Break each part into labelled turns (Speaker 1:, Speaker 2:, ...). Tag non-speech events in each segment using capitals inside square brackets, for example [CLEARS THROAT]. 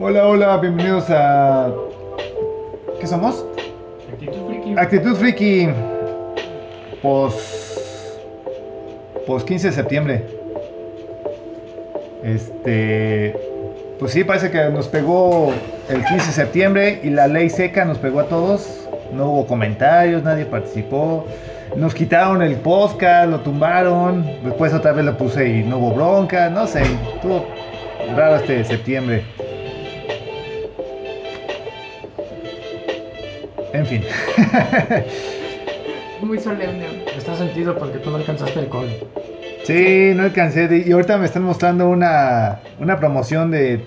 Speaker 1: Hola, hola, bienvenidos a. ¿Qué somos?
Speaker 2: Actitud friki.
Speaker 1: Actitud Friki. Pos. Pos 15 de septiembre. Este. Pues sí, parece que nos pegó el 15 de septiembre y la ley seca nos pegó a todos. No hubo comentarios, nadie participó. Nos quitaron el podcast, lo tumbaron. Después otra vez lo puse y no hubo bronca. No sé, estuvo raro este septiembre. En fin.
Speaker 3: Muy solemne.
Speaker 2: Está sentido porque tú no alcanzaste alcohol.
Speaker 1: Sí, no alcancé. de- y ahorita me están mostrando una, una promoción de.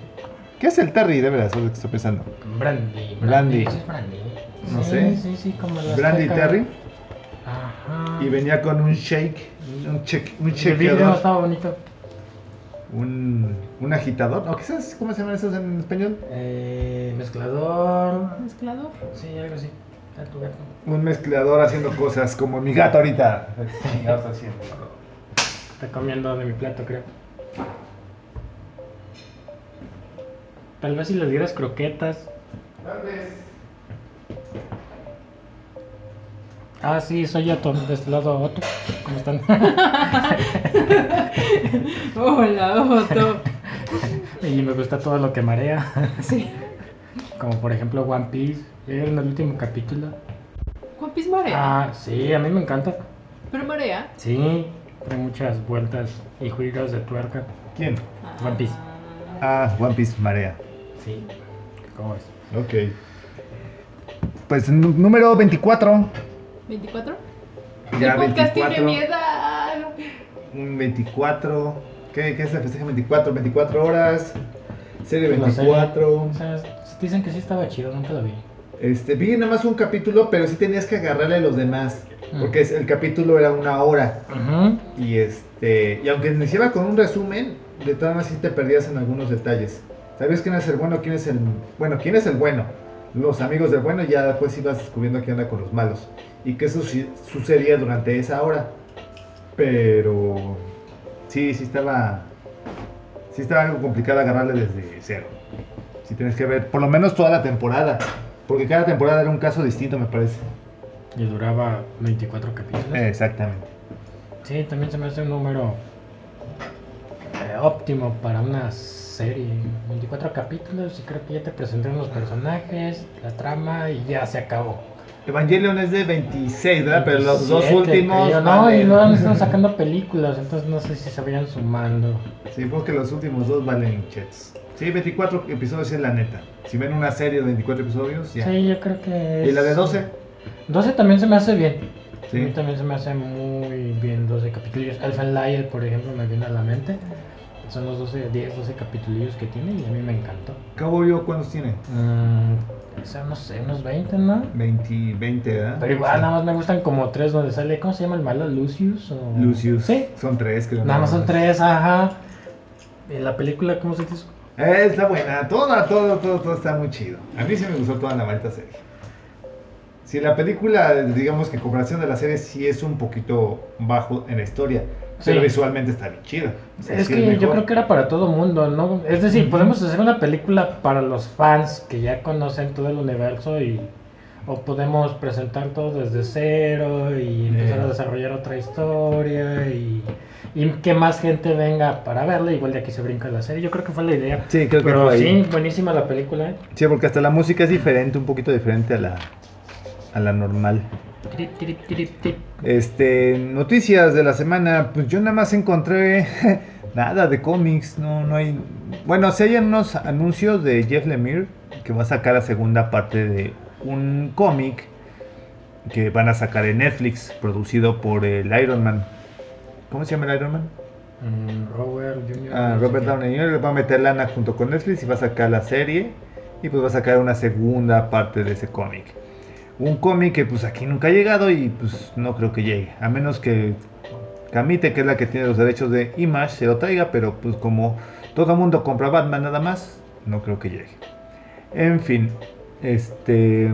Speaker 1: ¿Qué es el Terry? De veras, es lo que estoy pensando.
Speaker 2: Brandy.
Speaker 1: Brandy.
Speaker 2: ¿Eso es brandy?
Speaker 1: No
Speaker 2: Sí,
Speaker 1: sé.
Speaker 2: Sí, sí, como las
Speaker 1: Brandy
Speaker 2: coca.
Speaker 1: Terry.
Speaker 2: Ajá.
Speaker 1: Y venía con un shake. Un, check, un
Speaker 2: El video
Speaker 1: chequeador.
Speaker 2: estaba bonito.
Speaker 1: Un, un agitador. ¿O quizás cómo se llaman esos en español?
Speaker 2: Eh, mezclador.
Speaker 3: Mezclador.
Speaker 2: Sí, algo así. A tu gato.
Speaker 1: Un mezclador haciendo cosas como mi gato ahorita. Mi gato haciendo.
Speaker 2: Está comiendo de mi plato, creo. Tal vez si le dieras croquetas. Ah, sí, soy Otto, de este lado Otto. ¿Cómo están?
Speaker 3: Hola, Otto.
Speaker 2: [LAUGHS] y me gusta todo lo que marea.
Speaker 3: Sí.
Speaker 2: Como por ejemplo One Piece. Era en el último capítulo.
Speaker 3: Juan Piz marea.
Speaker 2: Ah, sí, a mí me encanta.
Speaker 3: Pero marea.
Speaker 2: Sí, trae muchas vueltas y juegos de tuerca.
Speaker 1: ¿Quién?
Speaker 2: One Piece.
Speaker 1: Ah, One Piece Marea.
Speaker 2: Sí. ¿Cómo es?
Speaker 1: Ok. Pues nú- número 24.
Speaker 3: ¿24?
Speaker 1: Ya
Speaker 3: El podcast
Speaker 1: 24.
Speaker 3: tiene miedo.
Speaker 1: Un 24. ¿Qué, qué es el festejo 24? 24 horas. Serie
Speaker 2: No sé.
Speaker 1: 24.
Speaker 2: O sea, es- dicen que sí estaba chido, nunca lo vi.
Speaker 1: Este, vi nada más un capítulo, pero sí tenías que agarrarle a los demás.
Speaker 2: Mm.
Speaker 1: Porque es- el capítulo era una hora.
Speaker 2: Ajá.
Speaker 1: Y este. Y aunque iniciaba con un resumen, de todas maneras sí te perdías en algunos detalles. Sabías quién es el bueno, quién es el. Bueno, quién es el bueno. Los amigos del bueno, y ya después ibas descubriendo quién anda con los malos. Y qué suci- sucedía durante esa hora. Pero. Sí, sí estaba. Sí estaba algo complicado agarrarle desde cero. Si tienes que ver, por lo menos toda la temporada. Porque cada temporada era un caso distinto, me parece.
Speaker 2: Y duraba 24 capítulos.
Speaker 1: Eh. Exactamente.
Speaker 2: Sí, también se me hace un número eh, óptimo para una serie. 24 capítulos y creo que ya te presentan los personajes, la trama y ya se acabó.
Speaker 1: Evangelion es de 26, ¿verdad? Pero los dos
Speaker 2: 27,
Speaker 1: últimos.
Speaker 2: creo, no, y
Speaker 1: valen.
Speaker 2: luego están sacando películas, entonces no sé si se vayan sumando.
Speaker 1: Sí, porque los últimos dos valen chets. Sí, 24 episodios es la neta. Si ven una serie de 24 episodios, ya.
Speaker 2: Sí, yo creo que es...
Speaker 1: ¿Y la de 12?
Speaker 2: 12 también se me hace bien.
Speaker 1: Sí.
Speaker 2: A mí también se me hace muy bien 12 capítulos. Alpha Liar, por ejemplo, me viene a la mente. Son los 12, 10, 12 capítulos que tiene y a mí me encantó.
Speaker 1: Cowboy ¿cuántos tiene?
Speaker 2: Mm, o sea, no sé, unos 20, ¿no?
Speaker 1: 20, 20, ¿verdad?
Speaker 2: Pero igual,
Speaker 1: Sí.
Speaker 2: nada más me gustan como tres donde sale, ¿cómo se llama el malo? Lucius o...
Speaker 1: Lucius.
Speaker 2: Sí,
Speaker 1: Son tres, creo.
Speaker 2: nada más son tres, ajá. ¿Y la película cómo se dice?
Speaker 1: Eh, está buena. Todo, todo, todo, todo está muy chido. A mí sí me gustó toda la maldita serie. Si la película, digamos que en comparación de la serie, sí es un poquito bajo en la historia. Pero
Speaker 2: Sí.
Speaker 1: visualmente está bien chida. O sea,
Speaker 2: Es
Speaker 1: sí
Speaker 2: que yo
Speaker 1: mejor.
Speaker 2: creo que era para todo mundo, ¿no? Es decir, podemos hacer una película para los fans que ya conocen todo el universo y o podemos presentar todo desde cero y empezar
Speaker 1: Eh.
Speaker 2: a desarrollar otra historia y, y que más gente venga para verla, igual de aquí se brinca la serie. Yo creo que fue la idea.
Speaker 1: Sí, creo que
Speaker 2: Pero
Speaker 1: fue ahí.
Speaker 2: sí, buenísima la película, ¿eh?
Speaker 1: Sí, porque hasta la música es diferente, un poquito diferente a la, a la normal.
Speaker 2: Tirip, tirip, tirip, tirip.
Speaker 1: Este, noticias de la semana, pues yo nada más encontré [LAUGHS] nada de cómics, no, no hay... Bueno, sí hay unos anuncios de Jeff Lemire que va a sacar la segunda parte de un cómic que van a sacar en Netflix, producido por el Iron Man. ¿Cómo se llama el Iron Man?
Speaker 2: Mm, Robert Jr.
Speaker 1: a
Speaker 2: no sé
Speaker 1: Ah, Robert
Speaker 2: qué.
Speaker 1: Downey Jr. le va a meter lana junto con Netflix y va a sacar la serie y pues va a sacar una segunda parte de ese cómic. Un cómic que pues aquí nunca ha llegado y pues no creo que llegue, a menos que Camite, que es la que tiene los derechos de Image, se lo traiga, pero pues como todo el mundo compra Batman nada más, no creo que llegue. En fin, este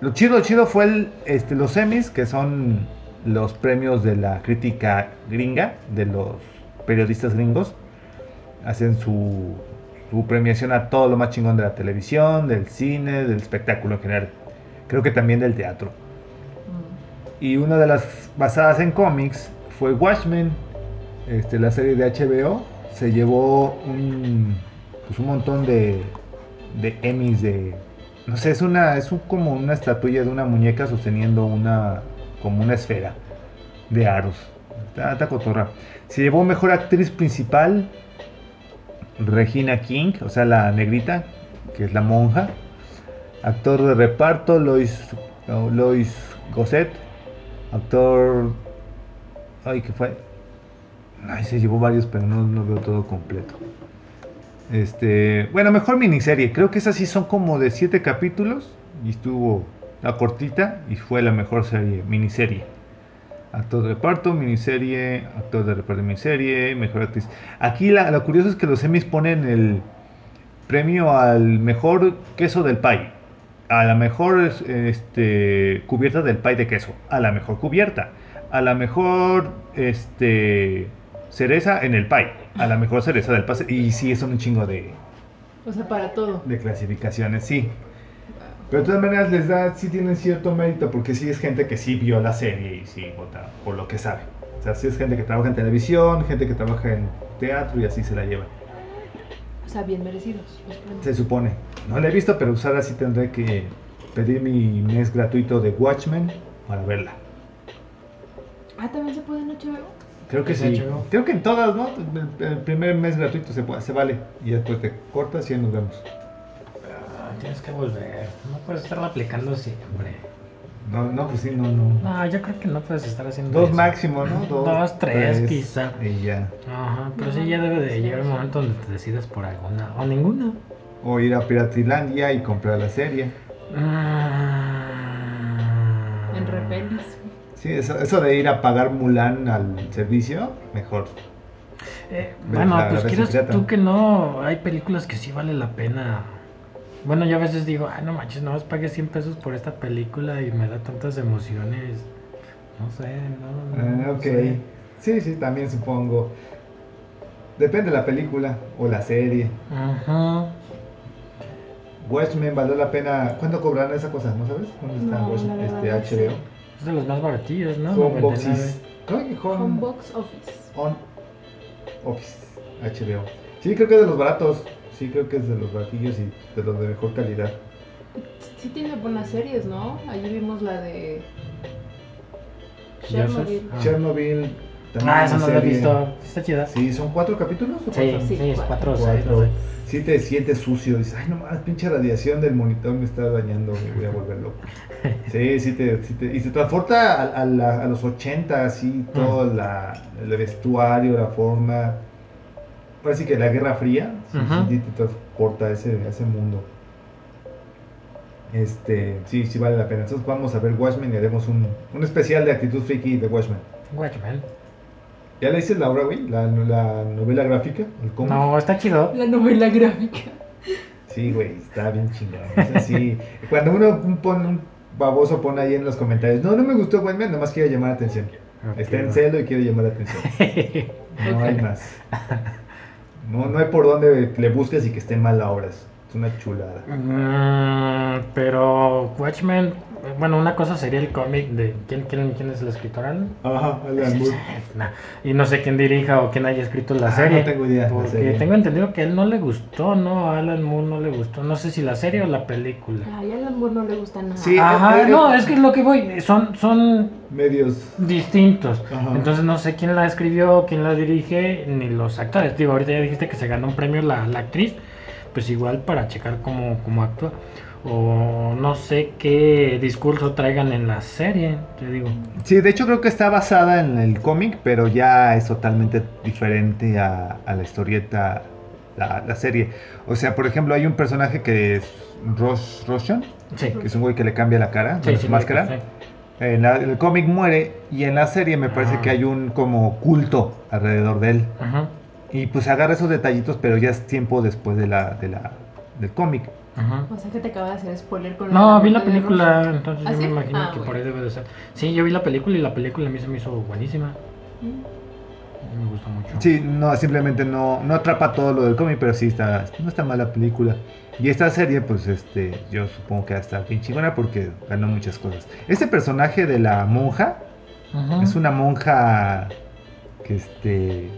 Speaker 1: lo chido, lo chido fue el, este, los semis, que son los premios de la crítica gringa, de los periodistas gringos. Hacen su, su premiación a todo lo más chingón de la televisión, del cine, del espectáculo en general. Creo que también del teatro.
Speaker 3: Mm.
Speaker 1: Y una de las basadas en cómics fue Watchmen, este, la serie de HBO. Se llevó un, pues, un montón de, de Emmys de... No sé, es una es un- como una estatuilla de una muñeca sosteniendo una como una esfera de aros. Está, está cotorra. Se llevó mejor actriz principal Regina King, o sea, la negrita, que es la monja. Actor de reparto Lois, no, Lois Gosset. Actor. Ay, que fue. Ay, se llevó varios, pero no, no veo todo completo. Este. Bueno, mejor miniserie. Creo que esas sí son como de 7 capítulos. Y estuvo la cortita y fue la mejor serie, miniserie. Actor de reparto, miniserie, actor de reparto, miniserie, mejor actriz. Aquí la- lo curioso es que los semis ponen el premio al mejor queso del pie, a la mejor es- este, cubierta del pie de queso, a la mejor cubierta, a la mejor este, cereza en el pie, a la mejor cereza del pase. Y sí, es un chingo de,
Speaker 3: O sea, para todo.
Speaker 1: de clasificaciones, sí. Pero de todas maneras les da, sí tienen cierto mérito, porque sí es gente que sí vio la serie y sí vota por lo que sabe. O sea, sí es gente que trabaja en televisión, gente que trabaja en teatro y así se la llevan.
Speaker 3: O sea, bien merecidos los premios.
Speaker 1: Se supone. No la he visto, pero ahora sí tendré que pedir mi mes gratuito de Watchmen para verla.
Speaker 3: Ah, también se puede en HBO.
Speaker 1: Creo que
Speaker 2: Es
Speaker 1: sí.
Speaker 2: HBO.
Speaker 1: Creo que en todas, ¿no? El, el primer mes gratuito se, puede- se vale. Y después te cortas y ahí nos vemos.
Speaker 2: Ah, tienes que volver. No puedes estarla aplicando siempre.
Speaker 1: No, no, pues sí, no, no.
Speaker 2: No, yo creo que no puedes estar haciendo
Speaker 1: Dos
Speaker 2: eso.
Speaker 1: máximo, ¿no?
Speaker 2: Dos, tres, quizá.
Speaker 1: Y ya.
Speaker 2: Ajá, pero sí, ya debe de llegar el momento donde te decidas por alguna o ninguna.
Speaker 1: O ir a Piratilandia y comprar la serie.
Speaker 2: En Ah.
Speaker 3: En Repelis.
Speaker 1: Sí, eso, eso de ir a pagar Mulan al servicio, mejor. La-
Speaker 2: bueno,
Speaker 1: la
Speaker 2: pues
Speaker 1: versión
Speaker 2: quieras
Speaker 1: pirata.
Speaker 2: tú que no, hay películas que sí vale la pena. Bueno, yo a veces digo, ah, no manches, no, pagué 100 pesos por esta película y me da tantas emociones. No sé, no.
Speaker 1: Ah,
Speaker 2: no
Speaker 1: ok.
Speaker 2: sé.
Speaker 1: Sí, sí, también supongo. Depende de la película o la serie.
Speaker 2: Ajá.
Speaker 1: Watchmen valió la pena. ¿Cuánto cobraron esa cosa? ¿No sabes? ¿Dónde está
Speaker 3: No,
Speaker 1: Watchmen?
Speaker 3: la
Speaker 1: Este
Speaker 3: verdad,
Speaker 1: HBO.
Speaker 3: sí.
Speaker 2: Es de los más baratillos, ¿no?
Speaker 1: Home
Speaker 2: 99.
Speaker 1: Boxes. Creo que Home,
Speaker 3: Home Box Office.
Speaker 1: On Office. HBO. Sí, creo que es de los baratos. Sí, creo que es de los baratillos y de los de mejor calidad.
Speaker 3: Sí tiene buenas series, ¿no? Allí vimos la de...
Speaker 2: Joseph.
Speaker 3: Chernobyl.
Speaker 2: Ah.
Speaker 1: Chernobyl. también
Speaker 2: Ah, esa no la he
Speaker 1: serie.
Speaker 2: visto. Está chida. Sí,
Speaker 1: Sí, son cuatro capítulos. o
Speaker 2: sí,
Speaker 1: cuántos?
Speaker 2: es cuatro o seis, no
Speaker 1: Cuatro.
Speaker 2: sé.
Speaker 1: Si te sientes sucio, dices, ay, no más, pinche radiación del monitor me está dañando, me voy a volver loco. Sí, sí te, sí te- y se transporta a, a la- a los 80, así, todo la- el vestuario, la forma. Parece que la Guerra Fría, sí,
Speaker 2: Ajá.
Speaker 1: sí te transporta a ese, a ese mundo. Este, sí, sí vale la pena. Entonces vamos a ver Watchmen y haremos un, un especial de actitud freaky de Watchmen.
Speaker 2: Watchmen.
Speaker 1: ¿Ya le dices la obra, güey? ¿La, la novela gráfica? ¿El cómic?
Speaker 2: No, está chido.
Speaker 3: La novela gráfica.
Speaker 1: Sí, güey, está bien chingón. Es [LAUGHS] así. Cuando uno un pone un baboso pone ahí en los comentarios, no, no me gustó Watchmen, nomás quiere llamar la atención.
Speaker 2: Ok,
Speaker 1: Ah, Está en
Speaker 2: va.
Speaker 1: celo y quiere llamar la atención. No
Speaker 2: [LAUGHS]
Speaker 1: [LAUGHS]
Speaker 3: Ok.
Speaker 1: hay más. No, no hay por dónde le busques y que esté mal la obra. Es una chulada.
Speaker 2: Mm, pero Watchmen, bueno, una cosa sería el cómic de quién, quién, quién es el escritor. Alan?
Speaker 1: Ajá, Alan Moore.
Speaker 2: [LAUGHS] Nah, Y no sé quién dirija o quién haya escrito la
Speaker 1: Ah,
Speaker 2: serie.
Speaker 1: no tengo idea, la
Speaker 2: Porque
Speaker 1: serie.
Speaker 2: tengo entendido que a él no le gustó, ¿no? A Alan Moore no le gustó. No sé si la serie o la película.
Speaker 3: Ay, al amor no le gusta nada.
Speaker 1: Sí. eh,
Speaker 2: Ajá,
Speaker 1: eh,
Speaker 2: no,
Speaker 1: eh.
Speaker 2: es que es lo que voy. Son, son
Speaker 1: Medios.
Speaker 2: distintos.
Speaker 1: Ajá.
Speaker 2: Entonces no sé quién la escribió, quién la dirige, ni los actores. Digo, ahorita ya dijiste que se ganó un premio la, la actriz, pues igual para checar cómo, cómo actúa. O no sé qué discurso traigan en la serie, te digo.
Speaker 1: Sí, de hecho creo que está basada en el cómic, pero ya es totalmente diferente a, a la historieta, la, la serie. O sea, por ejemplo, hay un personaje que es Rosh, Roshan,
Speaker 2: Sí,
Speaker 3: Pues,
Speaker 1: que es un güey que le cambia la cara,
Speaker 2: sí,
Speaker 1: la
Speaker 2: sí,
Speaker 1: máscara.
Speaker 2: sí.
Speaker 1: En la- el cómic muere y en la serie me parece
Speaker 2: Ah.
Speaker 1: que hay un como culto alrededor de él.
Speaker 2: Ajá,
Speaker 1: Y pues agarra esos detallitos, pero ya es tiempo después de la, de la, del cómic.
Speaker 2: ajá.
Speaker 3: O sea que te acaba de hacer spoiler con
Speaker 2: No,
Speaker 3: Alan
Speaker 2: vi
Speaker 3: Moore
Speaker 2: la
Speaker 3: de
Speaker 2: película,
Speaker 3: Rojo.
Speaker 2: entonces
Speaker 3: ¿Ah,
Speaker 2: yo me
Speaker 3: sí?
Speaker 2: imagino
Speaker 3: Ah,
Speaker 2: que por
Speaker 3: bueno.
Speaker 2: ahí debe de ser. Sí, yo vi la película y la película a mí se me hizo buenísima.
Speaker 3: Mm.
Speaker 2: Me gustó mucho.
Speaker 1: Sí, no, simplemente no, no atrapa todo lo del cómic, pero sí está, no está mala película. Y esta serie, pues este, yo supongo que va a estar bien chingona porque ganó muchas cosas. Este personaje de la monja
Speaker 2: Ujú.
Speaker 1: es una monja que este,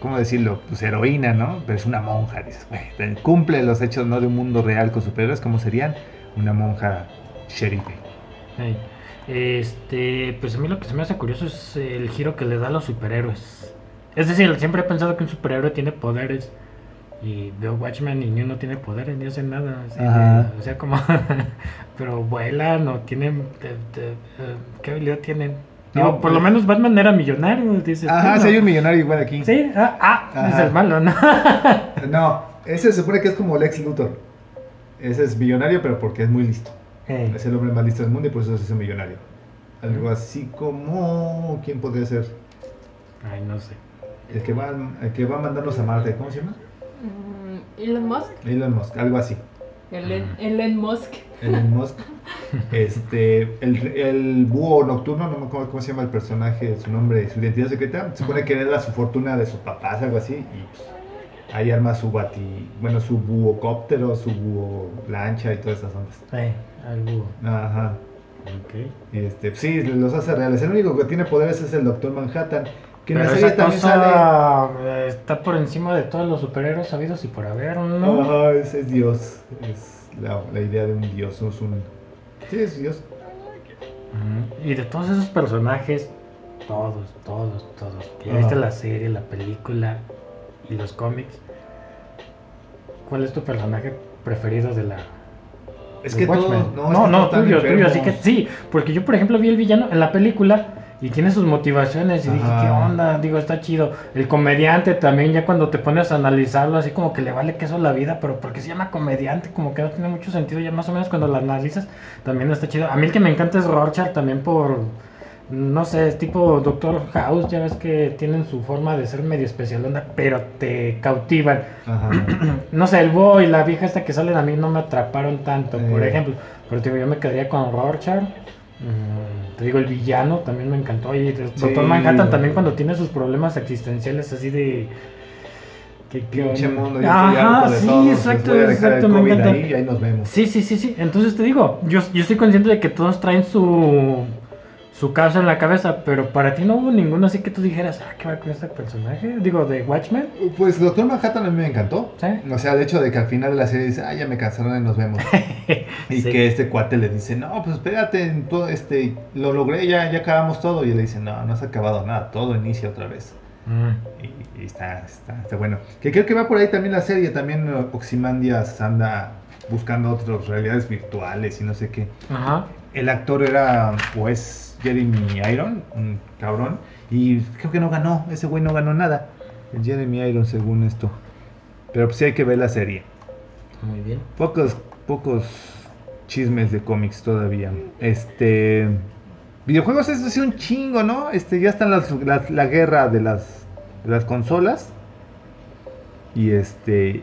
Speaker 1: ¿cómo decirlo? Pues heroína, ¿no? Pero es una monja, dices, güey, te- cumple los hechos no de un mundo real con superhéroes, como serían una monja sheriff.
Speaker 2: Ey. Este, pues a mí lo que se me hace curioso es el giro que le da a los superhéroes. Es decir, siempre he pensado que un superhéroe tiene poderes. Y veo Watchmen y ni uno tiene poderes, ni hace nada. así de-
Speaker 1: Ajá.
Speaker 2: o sea, como. [LAUGHS] pero vuelan o tienen. te- te- eh, ¿Qué habilidad tienen?
Speaker 1: No,
Speaker 2: Digo, por lo
Speaker 1: pues-
Speaker 2: menos Batman era millonario, dices.
Speaker 1: Ajá,
Speaker 2: bueno.
Speaker 1: si hay un millonario igual aquí.
Speaker 2: Sí, ah, ah, es
Speaker 1: Ajá.
Speaker 2: el malo, ¿no?
Speaker 1: No, ese se supone que es como Lex Luthor. Ese es millonario, pero porque es muy listo.
Speaker 2: Ey.
Speaker 1: Es el hombre más listo del mundo y por eso se hizo millonario. Algo así como. ¿Quién podría ser?
Speaker 2: Ay, no sé.
Speaker 1: El que va, el que va a mandarnos a Marte. ¿Cómo se llama?
Speaker 3: Mm, Elon Musk.
Speaker 1: Elon Musk, algo así.
Speaker 3: Elon, Elon Musk.
Speaker 1: Elon Musk. Este, el, el búho nocturno, no me acuerdo cómo se llama el personaje, su nombre, su identidad secreta. Se supone que hereda su fortuna de sus papás, algo así. Y pues, ahí arma su bati. Bueno, su buocóptero, su búho lancha y todas esas ondas.
Speaker 2: Ey, algo.
Speaker 1: Ajá.
Speaker 2: Ok.
Speaker 1: Este, sí, los hace reales. El único que tiene poderes es el Doctor Manhattan. Que en
Speaker 2: Pero
Speaker 1: la
Speaker 2: esa
Speaker 1: serie también
Speaker 2: cosa,
Speaker 1: sale.
Speaker 2: eh, está por encima de todos los superhéroes sabidos y por haber, ¿no?
Speaker 1: Ajá, ese es Dios. Es la, la idea de un Dios. Es un... Sí, es Dios.
Speaker 2: Ujú. Y de todos esos personajes, todos, todos, todos. que Ya
Speaker 1: Ajá.
Speaker 2: viste la serie, la película y los cómics. ¿Cuál es tu personaje preferido de la...
Speaker 1: Es
Speaker 2: de
Speaker 1: que
Speaker 2: Watchmen?
Speaker 1: todos. No, es
Speaker 2: no,
Speaker 1: que
Speaker 2: no
Speaker 1: todos están
Speaker 2: tuyo, tuyo. Así que
Speaker 1: enfermos.
Speaker 2: sí, porque yo, por ejemplo, vi el villano en la película... Y tiene sus motivaciones y dije,
Speaker 1: Ajá.
Speaker 2: ¿qué onda? Digo, está chido. El comediante también, ya cuando te pones a analizarlo, así como que le vale queso la vida, pero porque se llama comediante, como que no tiene mucho sentido, ya más o menos cuando lo analizas, también está chido. A mí el que me encanta es Rorschach, también por, no sé, es tipo Doctor House, ya ves que tienen su forma de ser medio especialona, pero te cautivan.
Speaker 1: Ajá.
Speaker 2: No sé, el boy, la vieja esta que salen a mí no me atraparon tanto, por
Speaker 1: Eh.
Speaker 2: ejemplo. Pero te digo, yo me quedaría con Rorschach. Mm, te digo, el villano también me encantó. Y el Doctor Manhattan también cuando tiene sus problemas existenciales así de... que- que-
Speaker 1: Pinche mundo. Yo estoy
Speaker 2: Ajá,
Speaker 1: harto de
Speaker 2: sí,
Speaker 1: todos. les
Speaker 2: exacto,
Speaker 1: voy a dejar
Speaker 2: exacto,
Speaker 1: el
Speaker 2: me
Speaker 1: COVID
Speaker 2: encanta.
Speaker 1: ahí y ahí nos vemos.
Speaker 2: Sí, sí, sí, sí. Entonces te digo, yo, yo estoy consciente de que todos traen su, su causa en la cabeza, pero para ti no hubo ninguno así que tú dijeras, ah, ¿qué va con este personaje? Digo, de Watchmen.
Speaker 1: Pues Doctor Manhattan a mí me encantó. [LAUGHS]
Speaker 2: Sí.
Speaker 1: O sea, el hecho de que al final de la serie dice, ah, ya me cansaron y nos [LAUGHS] vemos. y
Speaker 2: Sí.
Speaker 1: que este cuate le dice, no, pues espérate, en todo este, lo logré, ya, ya acabamos todo. Y él le dice, no, no has acabado nada, todo inicia otra vez.
Speaker 2: Mm,
Speaker 1: Y, y está, está, está bueno. Que creo que va por ahí también la serie, también eh, Oximandias anda buscando otras realidades virtuales y no sé qué.
Speaker 2: Ajá.
Speaker 1: El actor era, o es Jeremy Iron, un cabrón, y creo que no ganó, ese güey no ganó nada. El Jeremy Iron, según esto. Pero pues sí hay que ver la serie.
Speaker 2: Muy bien.
Speaker 1: Pocos, pocos chismes de cómics todavía. Este. Videojuegos es sí, un chingo, ¿no? Este, ya están las, las- la guerra de las, de las consolas. Y este.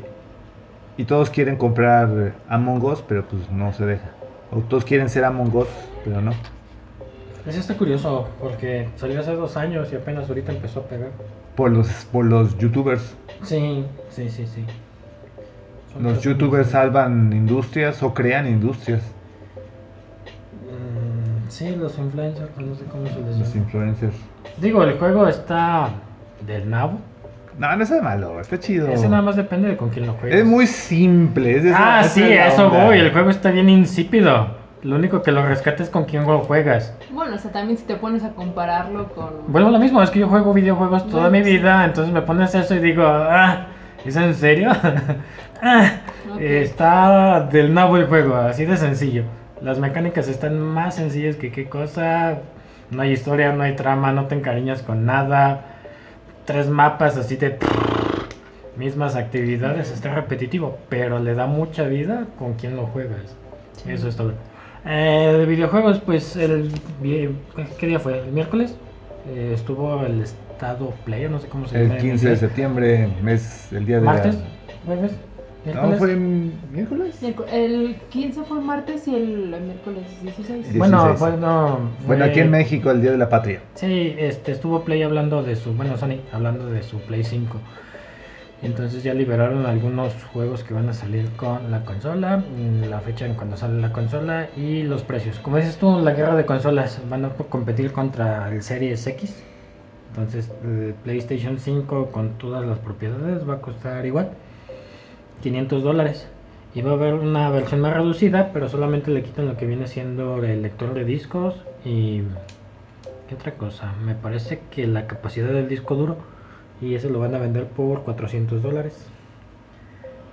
Speaker 1: Y todos quieren comprar Among Us, pero pues no se deja. O todos quieren ser Among Us, pero no.
Speaker 2: Eso está este curioso, porque salió hace dos años y apenas ahorita empezó a pegar.
Speaker 1: Por los, por los youtubers.
Speaker 2: Sí, sí, sí, sí. Son
Speaker 1: Los
Speaker 2: cosas
Speaker 1: youtubers
Speaker 2: muy-
Speaker 1: salvan industrias o crean industrias.
Speaker 2: Mm, sí, los influencers, no sé cómo se les
Speaker 1: Los
Speaker 2: llama.
Speaker 1: influencers.
Speaker 2: Digo, el juego está del nabo.
Speaker 1: No, no es malo, está chido.
Speaker 2: Ese nada más depende de con quién lo juegues.
Speaker 1: Es muy simple. Es esa-
Speaker 2: Ah,
Speaker 1: esa
Speaker 2: sí,
Speaker 1: es
Speaker 2: a
Speaker 1: la
Speaker 2: eso
Speaker 1: onda.
Speaker 2: voy. El juego está bien insípido. Lo único que lo rescata es con quién lo juegas.
Speaker 3: Bueno, o sea, también si te pones a compararlo con.
Speaker 2: Vuelvo a lo mismo, es que yo juego videojuegos toda
Speaker 3: Bueno,
Speaker 2: mi
Speaker 3: sí.
Speaker 2: vida, entonces me pones eso y digo, ah, ¿es en serio? [LAUGHS] Ah,
Speaker 3: Ok.
Speaker 2: Está del nabo el juego, así de sencillo. Las mecánicas están más sencillas que qué cosa. No hay historia, no hay trama, no te encariñas con nada. Tres mapas así de mismas actividades, está repetitivo, pero le da mucha vida con quien lo juegas. Eso es todo. Eh, de videojuegos, pues el vi- ¿qué día fue? ¿El miércoles? Eh, estuvo el estado player, no sé cómo se
Speaker 1: El
Speaker 2: en
Speaker 1: 15 de
Speaker 2: inglés.
Speaker 1: septiembre es el día de la-
Speaker 2: martes, jueves.
Speaker 1: No,
Speaker 2: Miércoles.
Speaker 1: fue en miércoles.
Speaker 3: Miérco- El 15 fue martes y el miércoles 16.
Speaker 2: Bueno,
Speaker 1: 16.
Speaker 2: fue, no,
Speaker 1: Bueno,
Speaker 2: fue-
Speaker 1: aquí en México, el Día de la Patria.
Speaker 2: Sí, este, estuvo Play hablando de su, bueno, Sony hablando de su Play 5. Entonces ya liberaron algunos juegos que van a salir con la consola, mm, la fecha en cuando sale la consola y los precios. Como dices tú, la guerra de consolas van a po- competir contra el Series X. Entonces el PlayStation 5 con todas las propiedades va a costar igual, 500 dólares. Y va a haber una versión más reducida, pero solamente le quitan lo que viene siendo el lector de discos y ¿Qué otra cosa? Me parece que la capacidad del disco duro y ese lo van a vender por 400 dólares.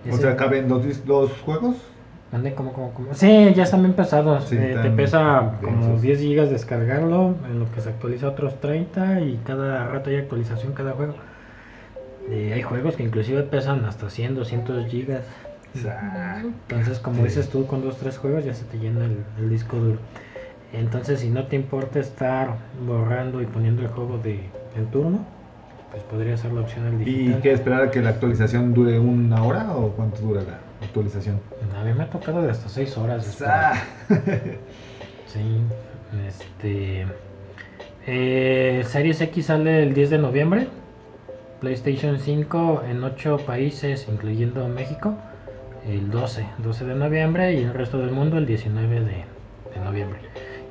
Speaker 1: O
Speaker 2: Ese-
Speaker 1: sea, caben dos, dis- dos juegos.
Speaker 2: Ande como, como, como. Sí, ya están bien pesados.
Speaker 1: Sí,
Speaker 2: eh, te
Speaker 1: están
Speaker 2: pesa como
Speaker 1: densos.
Speaker 2: 10 gigas descargarlo, en lo que se actualiza otros 30 y cada rato hay actualización cada juego. Eh, hay juegos que inclusive pesan hasta 100, 200 gigas.
Speaker 1: Ah.
Speaker 2: Entonces, como
Speaker 1: Sí.
Speaker 2: dices tú, con dos tres juegos ya se te llena el, el disco duro. Entonces, si no te importa estar borrando y poniendo el juego de, en turno, pues podría ser la opción al
Speaker 1: ¿Y
Speaker 2: digital.
Speaker 1: qué esperar a que la actualización dure una hora o cuánto dura la actualización?
Speaker 2: A mí me ha tocado de hasta 6 horas. esperar.
Speaker 1: Ah, [LAUGHS]
Speaker 2: Sí, este. eh, Series X sale el 10 de noviembre. PlayStation 5 en 8 países, incluyendo México, el 12, 12 de noviembre y el resto del mundo el 19 de, de noviembre.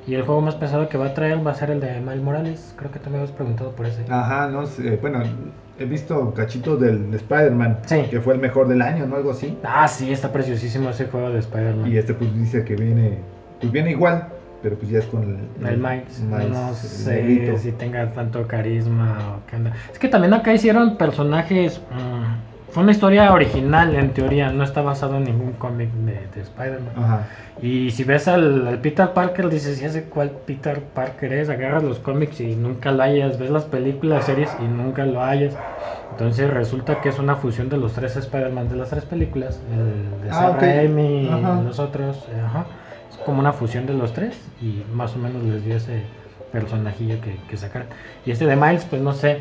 Speaker 2: Y el juego más pesado que va a traer va a ser el de Mal Morales. Creo que tú me habías preguntado por ese.
Speaker 1: Ajá, no sé. Bueno, he visto cachitos del Spider-Man,
Speaker 2: Sí.
Speaker 1: que fue el mejor del año, ¿no? Algo así.
Speaker 2: Ah, sí, está preciosísimo ese juego de Spider-Man.
Speaker 1: Y este, pues dice que viene, pues viene igual, pero pues ya es con el.
Speaker 2: El Miles,
Speaker 1: Miles,
Speaker 2: no
Speaker 1: el
Speaker 2: sé
Speaker 1: negrito.
Speaker 2: si tenga tanto carisma o qué onda. Es que también acá hicieron personajes. mm, fue una historia original en teoría, no está basado en ningún cómic de, de Spider-Man.
Speaker 1: Ajá.
Speaker 2: Y si ves al, al Peter Parker, dices, ya sé cuál Peter Parker es. Agarras los cómics y nunca lo hallas. Ves las películas, series y nunca lo hallas. Entonces resulta que es una fusión de los tres Spider-Man de las tres películas. El de
Speaker 1: Ah,
Speaker 2: Sam
Speaker 1: ok.
Speaker 2: Raimi,
Speaker 1: Ajá.
Speaker 2: los otros. eh, Ajá. Es como una fusión de los tres y más o menos les dio ese personajillo que, que sacaron. Y este de Miles, pues no sé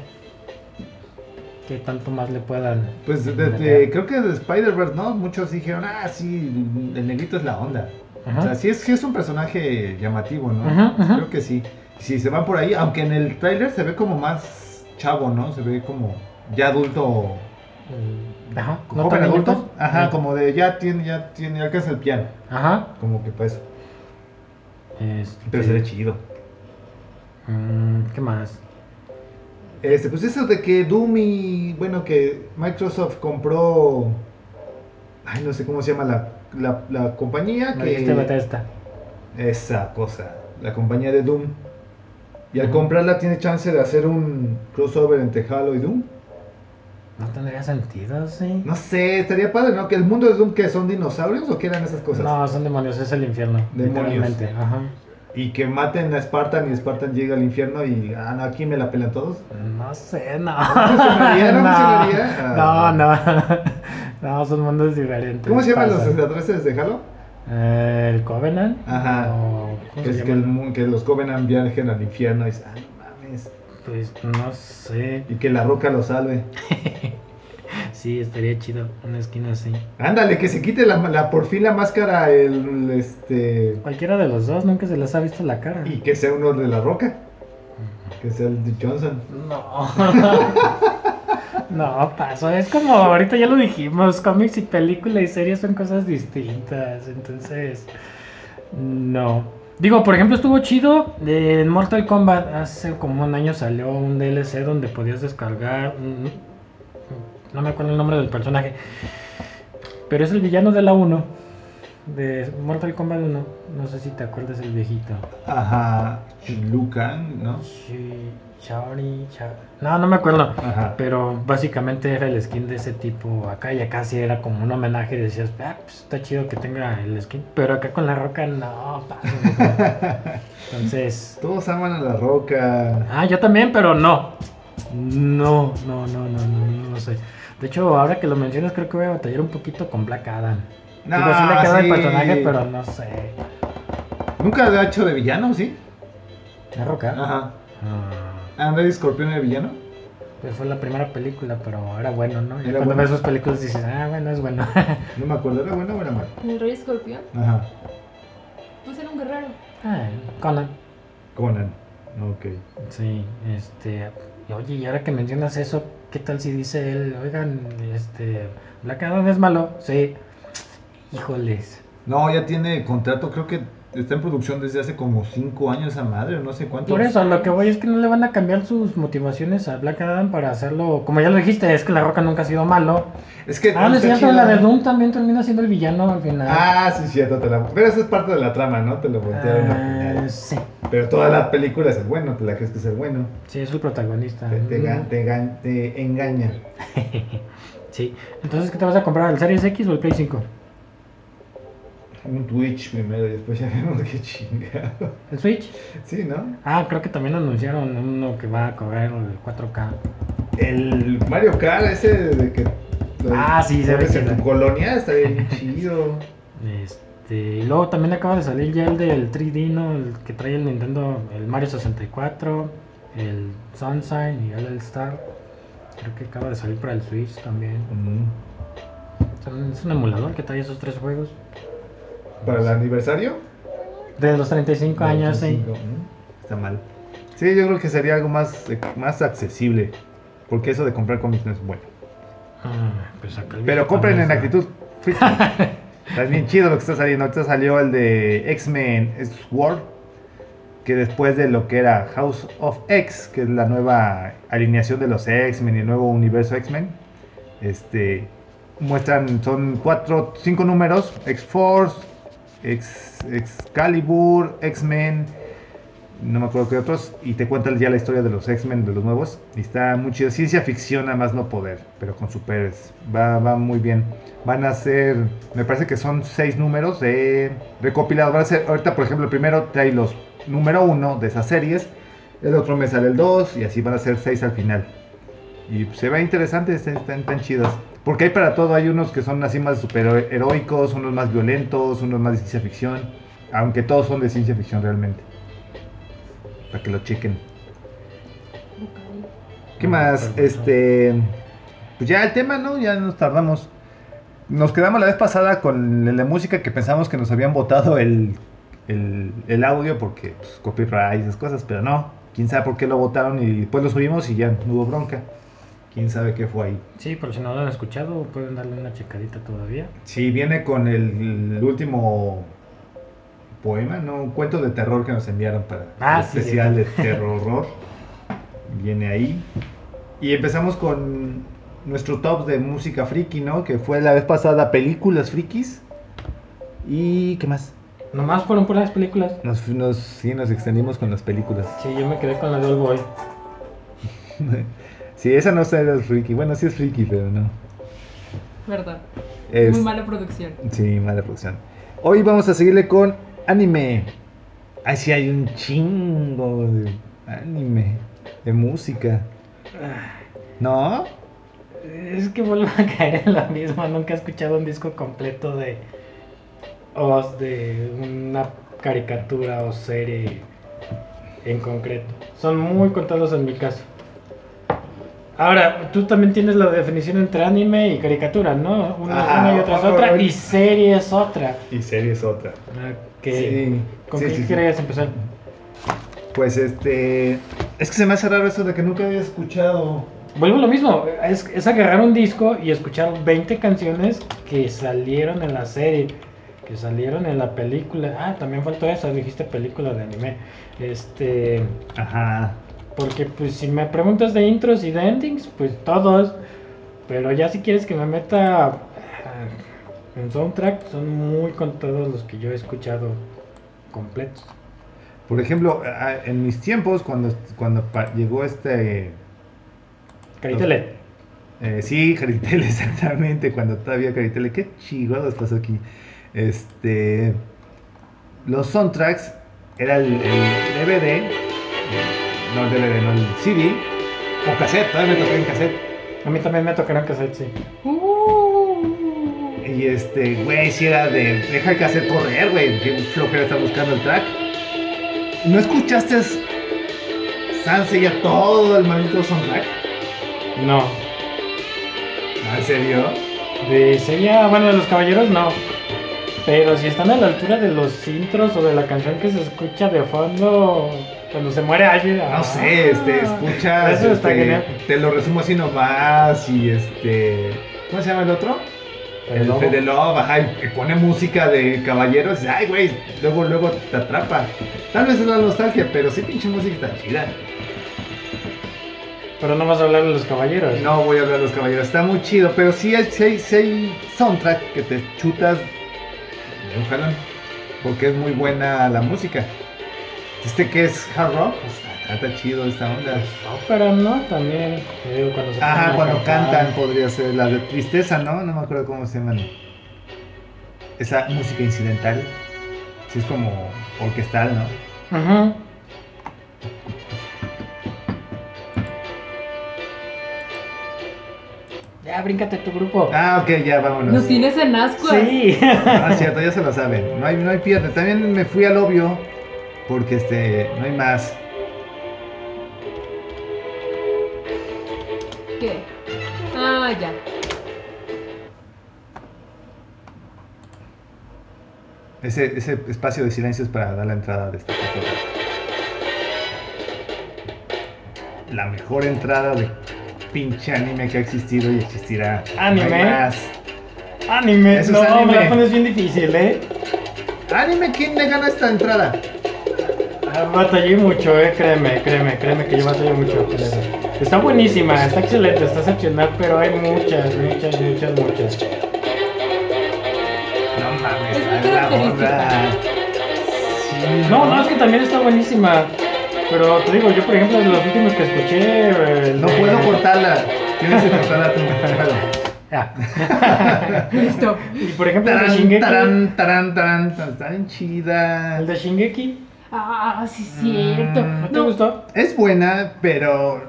Speaker 2: qué tanto más le puedan.
Speaker 1: Pues
Speaker 2: meter.
Speaker 1: desde, creo que de Spider-Verse, ¿no? Muchos dijeron, ah, sí, el negrito es la onda.
Speaker 2: Ajá.
Speaker 1: O sea, sí es, sí es un personaje llamativo, ¿no?
Speaker 2: Ajá, ajá.
Speaker 1: Creo que sí. Si se van por ahí, aunque en el tráiler se ve como más chavo, ¿no? Se ve como ya adulto,
Speaker 2: Mm, Ajá. ¿No
Speaker 1: joven
Speaker 2: tan niño,
Speaker 1: adulto.
Speaker 2: pues?
Speaker 1: Ajá,
Speaker 2: Mm.
Speaker 1: como de ya tiene, ya tiene, ya alcanza el piano.
Speaker 2: Ajá.
Speaker 1: Como que pues,
Speaker 2: Este,
Speaker 1: pero se ve chido.
Speaker 2: Mm, ¿Qué más?
Speaker 1: Este, pues eso de que Doom y, bueno, que Microsoft compró, ay, no sé cómo se llama la, la, la compañía
Speaker 2: Me
Speaker 1: que...
Speaker 2: dijiste Bethesda.
Speaker 1: Esa cosa, la compañía de Doom. Y al
Speaker 2: Ujú.
Speaker 1: comprarla tiene chance de hacer un crossover entre Halo y Doom.
Speaker 2: No tendría sentido, sí.
Speaker 1: No sé, estaría padre, ¿no? Que el mundo de Doom que son dinosaurios o que eran esas cosas.
Speaker 2: No, son demonios, es el infierno.
Speaker 1: pues, Demonios.
Speaker 2: Literalmente. Ajá.
Speaker 1: Y que maten a Spartan y Spartan llega al infierno y ah no, aquí me la pelan todos.
Speaker 2: No sé, no.
Speaker 1: funcionaría? ¿No
Speaker 2: [LAUGHS] no,
Speaker 1: funcionaría?
Speaker 2: no,
Speaker 1: Ah.
Speaker 2: no. No, [LAUGHS] son mundos diferentes.
Speaker 1: ¿Cómo se llaman los
Speaker 2: Pasa.
Speaker 1: extraterrestres de Halo?
Speaker 2: Eh, El Covenant.
Speaker 1: Ajá.
Speaker 2: o- ¿cómo
Speaker 1: Que
Speaker 2: se
Speaker 1: es que,
Speaker 2: llama?
Speaker 1: el mu- que los Covenant viajen al infierno y dicen, ah, no mames.
Speaker 2: Pues no sé.
Speaker 1: Y que la roca los salve.
Speaker 2: Sí, estaría chido. Una esquina así.
Speaker 1: Ándale, que se quite la, la- por fin la máscara el este
Speaker 2: Cualquiera de los dos, nunca se les ha visto la cara.
Speaker 1: y que sea uno de la roca. Que sea el de Johnson.
Speaker 2: No. [LAUGHS] No, paso. Es como ahorita ya lo dijimos, cómics y película y series son cosas distintas. Entonces, no. Digo, por ejemplo, estuvo chido eh, en Mortal Kombat. Hace como un año salió un DLC donde podías descargar. un- No me acuerdo el nombre del personaje. Pero es el villano de la 1. De Mortal Kombat 1. No sé si te acuerdas el viejito.
Speaker 1: Ajá. Lucan, ¿no?
Speaker 2: Chi- Chaori, Cha- No, no me acuerdo.
Speaker 1: Ajá.
Speaker 2: Pero básicamente era el skin de ese tipo acá y acá sí era como un homenaje y decías, ah, pues está chido que tenga el skin, pero acá con la roca no,
Speaker 1: [LAUGHS]
Speaker 2: pasa. Entonces,
Speaker 1: Todos aman a la roca.
Speaker 2: ah, yo también, pero no. No, no, no, no, no, no sé. De hecho, ahora que lo mencionas, creo que voy a batallar un poquito con Black Adam. Digo, sí le queda el
Speaker 1: sí.
Speaker 2: personaje, pero no sé.
Speaker 1: Nunca lo ha hecho de villano, ¿sí?
Speaker 2: ¿La roca?
Speaker 1: Ajá.
Speaker 2: Ah,
Speaker 1: ¿André Escorpión de villano?
Speaker 2: Pues fue la primera película, pero era bueno, ¿no? Y
Speaker 1: Era
Speaker 2: cuando
Speaker 1: bueno.
Speaker 2: ves sus películas dices, ah, bueno, es bueno. [LAUGHS]
Speaker 1: No me acuerdo, ¿era buena o era mala?
Speaker 3: El rey escorpión,
Speaker 1: Ajá,
Speaker 3: pues era un guerrero.
Speaker 2: ah, Conan.
Speaker 1: Conan. Ok.
Speaker 2: Sí, este. y Oye, y ahora que mencionas eso, ¿qué tal si dice él, oigan, este. Black Adam es malo? Sí. Híjoles.
Speaker 1: No, ya tiene contrato, creo que está en producción desde hace como 5 años esa madre, no sé cuánto.
Speaker 2: Por eso, lo que voy es que no le van a cambiar sus motivaciones a Black Adam para hacerlo. Como ya lo dijiste, es que la roca nunca ha sido malo.
Speaker 1: Es que.
Speaker 2: Ah, no es
Speaker 1: está
Speaker 2: cierto,
Speaker 1: chido.
Speaker 2: la de Doom también termina siendo el villano al final.
Speaker 1: Ah, sí, cierto, te la... Pero esa es parte de la trama, ¿no? Te lo voltearon al
Speaker 2: Ah,
Speaker 1: final.
Speaker 2: sí.
Speaker 1: Pero toda la película es el bueno, te la crees que es el bueno.
Speaker 2: Sí, es el protagonista. Mm.
Speaker 1: Te, te,
Speaker 2: Ujú.
Speaker 1: ga- te ga- te engaña.
Speaker 2: [LAUGHS] Sí. Entonces, ¿qué te vas a comprar? ¿El Series X o el Play 5?
Speaker 1: Un Twitch primero y después ya [LAUGHS] vemos qué chingado.
Speaker 2: ¿El Switch?
Speaker 1: Sí, ¿no?
Speaker 2: Ah, creo que también anunciaron uno que va a correr el 4K.
Speaker 1: El Mario Kart, ese de que. lo-
Speaker 2: Ah, sí, se
Speaker 1: lo
Speaker 2: ve
Speaker 1: ves en
Speaker 2: chido.
Speaker 1: tu colonia, está bien
Speaker 2: [LAUGHS]
Speaker 1: chido.
Speaker 2: Este, y luego también acaba de salir ya el del 3D, ¿no? El que trae el Nintendo, el Mario 64, el Sunshine y el All Star. Creo que acaba de salir para el Switch también.
Speaker 1: Mm.
Speaker 2: Son- Es un emulador que trae esos tres juegos.
Speaker 1: ¿Para el aniversario?
Speaker 2: De los 35 años, sí.
Speaker 1: Mm, Está mal. Sí, yo creo que sería algo más, eh, más accesible. Porque eso de comprar cómics no es bueno.
Speaker 2: Ah, pues acá el
Speaker 1: Pero
Speaker 2: viejo
Speaker 1: compren en
Speaker 2: también está.
Speaker 1: actitud. Freaksman.
Speaker 2: [LAUGHS]
Speaker 1: Está bien chido lo que está saliendo. Ahorita salió el de X-Men Sword. Que después de lo que era House of X, que es la nueva alineación de los X-Men y el nuevo universo X-Men, este, muestran, son cuatro, cinco números, X-Force, Ex- Excalibur, X-Men, no me acuerdo qué otros, y te cuentan ya la historia de los X-Men, de los nuevos, y está muy chido, ciencia ficción a más no poder, pero con superhéroes, va, va muy bien. Van a ser, me parece que son seis números de recopilados, van a ser, ahorita por ejemplo el primero trae los número uno de esas series, el otro me sale el dos, y así van a ser seis al final. Y se ve interesante, este- están tan chidas. Porque hay para todo, hay unos que son así más superheroicos, unos más violentos, unos más de ciencia ficción. Aunque todos son de ciencia ficción realmente. Para que lo chequen.
Speaker 3: Ok.
Speaker 1: ¿Qué más?
Speaker 2: Perfecto.
Speaker 1: Este. Pues ya el tema, ¿no? Ya nos tardamos. Nos quedamos la vez pasada con la música que pensamos que nos habían botado el, el, el audio porque pues, copyright y esas cosas, pero no. Quién sabe por qué lo botaron y después lo subimos y ya no hubo bronca. Quién sabe qué fue ahí.
Speaker 2: Sí, por si no lo han escuchado, pueden darle una checadita todavía.
Speaker 1: Sí, viene con el, el último poema, ¿no? Un cuento de terror que nos enviaron para
Speaker 2: Ah,
Speaker 1: el
Speaker 2: sí,
Speaker 1: especial de terror. Viene ahí. Y empezamos con nuestro top de música friki, ¿no? Que fue la vez pasada películas frikis. ¿Y qué más?
Speaker 2: Nomás fueron por las películas.
Speaker 1: Nos, nos, sí, nos extendimos con las películas. [LAUGHS]
Speaker 2: Sí, yo me quedé con la de Old Boy.
Speaker 1: sí, esa no es friki. Bueno, sí es friki, pero no.
Speaker 3: Verdad.
Speaker 1: Es-
Speaker 3: Muy mala producción.
Speaker 1: Sí, mala producción. Hoy vamos a seguirle con anime. Ahí sí hay un chingo de anime, de música.
Speaker 2: Ah,
Speaker 1: ¿No?
Speaker 2: Es que vuelvo a caer en la misma. Nunca he escuchado un disco completo de. O de una caricatura o serie en concreto. Son muy contados en mi caso. Ahora, tú también tienes la definición entre anime y caricatura, ¿no? Una,
Speaker 1: Ah,
Speaker 2: una y otra es
Speaker 1: ahora-
Speaker 2: otra. Y serie es otra.
Speaker 1: Y series otra.
Speaker 2: Ok.
Speaker 1: Sí,
Speaker 2: ¿Con
Speaker 1: sí,
Speaker 2: qué
Speaker 1: sí, sí.
Speaker 2: querías empezar?
Speaker 1: Pues este. Es que se me hace raro eso de que nunca había escuchado.
Speaker 2: Vuelvo a lo mismo, es, es agarrar un disco y escuchar 20 canciones que salieron en la serie, que salieron en la película. Ah, también faltó esa, dijiste película de anime. Este,
Speaker 1: Ajá.
Speaker 2: porque pues si me preguntas de intros y de endings, pues todos. Pero ya si quieres que me meta ah, en soundtrack, son muy contados los que yo he escuchado completos.
Speaker 1: Por ejemplo, a- a- en mis tiempos, cuando, cuando pa- llegó este.
Speaker 2: Caritele.
Speaker 1: Eh, sí, Caritel, [LAUGHS] exactamente. Cuando todavía Caritel, qué chingados pasó aquí. Este. Los soundtracks era el, el DVD, no el DVD, no el CD, o cassette, todavía me tocó en cassette.
Speaker 2: A mí también me tocaron cassette, sí.
Speaker 3: Uh.
Speaker 1: Y este, güey, si era de. Deja el cassette correr, güey, qué flojera está buscando el track. ¿No escuchaste Sanse ya todo el maldito soundtrack?
Speaker 2: No.
Speaker 1: Ah, ¿En serio?
Speaker 2: De sería, bueno, de los caballeros no. Pero si están a la altura de los intros o de la canción que se escucha de fondo cuando se muere alguien. ah,
Speaker 1: No sé, este, escuchas.
Speaker 2: Eso está
Speaker 1: este,
Speaker 2: genial.
Speaker 1: Te lo resumo así nomás. Y este. ¿Cómo se llama el otro?
Speaker 2: El
Speaker 1: El
Speaker 2: lobo.
Speaker 1: Fede Lobo, ajá, y y pone música de caballeros. y, Ay, güey, luego, luego te atrapa. Tal vez es la nostalgia, pero sí, pinche música está chida.
Speaker 2: Pero no vas a hablar de los caballeros.
Speaker 1: No voy a hablar de los caballeros, está muy chido, pero sí hay, sí hay- sí hay soundtrack que te chutas de un jalón, porque es muy buena la música. Este que es hard rock, pues, está chido esta onda.
Speaker 2: Pero no, también. te digo, cuando se ponen
Speaker 1: Ajá,
Speaker 2: a
Speaker 1: cuando
Speaker 2: cantar.
Speaker 1: cantan podría ser la de tristeza, ¿no? No me acuerdo cómo se llaman. Esa música incidental, sí es como orquestal, ¿no?
Speaker 2: Ajá. Ya, bríncate tu grupo.
Speaker 1: Ah, ok, ya vámonos.
Speaker 3: Nos tienes en asco.
Speaker 2: sí. [LAUGHS]
Speaker 1: Ah, es cierto, ya se lo saben. No hay, no hay pierde. También me fui al obvio porque este, no hay más.
Speaker 3: ¿Qué? Ah, ya.
Speaker 1: Ese, ese espacio de silencio es para dar la entrada de esta persona. La mejor entrada de pinche anime que ha existido y existirá.
Speaker 2: ¿Anime?
Speaker 1: No hay más.
Speaker 2: Anime.
Speaker 1: Eso
Speaker 2: no,
Speaker 1: es anime.
Speaker 2: me la pones bien difícil, ¿eh?
Speaker 1: ¿Anime quién le gana esta entrada?
Speaker 2: Ah, Batallé mucho, eh, créeme, créeme, créeme que yo batallé mucho. con eso. Está buenísima, está excelente, está excepcional, pero hay muchas, muchas, muchas, muchas.
Speaker 1: No mames,
Speaker 3: Es muy
Speaker 1: a la onda. Sí,
Speaker 2: No, no, es que también está buenísima. Pero te digo, yo por ejemplo, de los últimos que escuché. eh,
Speaker 1: No
Speaker 2: de-
Speaker 1: puedo cortarla. Tienes que cortarla tú. Claro.
Speaker 2: Ah.
Speaker 3: Listo.
Speaker 2: y por ejemplo, el de
Speaker 1: Tarán,
Speaker 2: Shingeki.
Speaker 1: tarán, tarán, tarán. Está bien chida.
Speaker 2: El de Shingeki.
Speaker 3: Ah, sí, es cierto.
Speaker 2: Ah, ¿No te
Speaker 3: No,
Speaker 2: gustó?
Speaker 1: Es buena, pero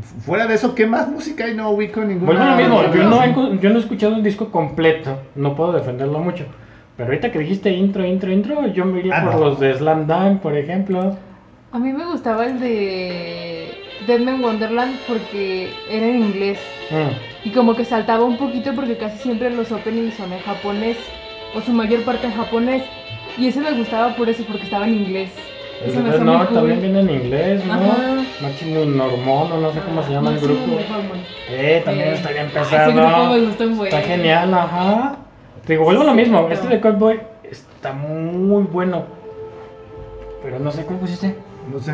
Speaker 1: fu- fuera de eso, ¿qué más música hay? No ubico ninguna.
Speaker 2: Vuelvo a lo mismo, yo no,
Speaker 1: Sí.
Speaker 2: he, encu- yo no he escuchado un disco completo, no puedo defenderlo mucho. Pero ahorita que dijiste intro, intro, intro, yo me iría
Speaker 1: Ah,
Speaker 2: por
Speaker 1: no.
Speaker 2: los de Slam Dunk, por ejemplo.
Speaker 3: a mí me gustaba el de Deadman Wonderland porque era en inglés.
Speaker 2: Mm,
Speaker 3: Y como que saltaba un poquito porque casi siempre los openings son en japonés. O su mayor parte en japonés. Y ese me gustaba por eso, porque estaba en inglés.
Speaker 2: El
Speaker 3: Eso
Speaker 2: de
Speaker 3: me
Speaker 2: Death
Speaker 3: hace muy
Speaker 2: Note
Speaker 3: cool.
Speaker 2: también viene en inglés, ¿no?
Speaker 3: Ajá.
Speaker 2: Maximum Normón, o no sé cómo se llama el
Speaker 3: Máximo
Speaker 2: grupo.
Speaker 3: de Hormone.
Speaker 2: Eh, también
Speaker 3: Eh,
Speaker 2: está bien
Speaker 3: ah, Ese grupo me
Speaker 2: pesado.
Speaker 3: gustó un buen.
Speaker 2: Está genial, ajá. Te digo, vuelvo a lo mismo,
Speaker 3: Cierto.
Speaker 2: este de Cowboy está muy bueno. Pero no sé este. cuál pusiste.
Speaker 1: No sé.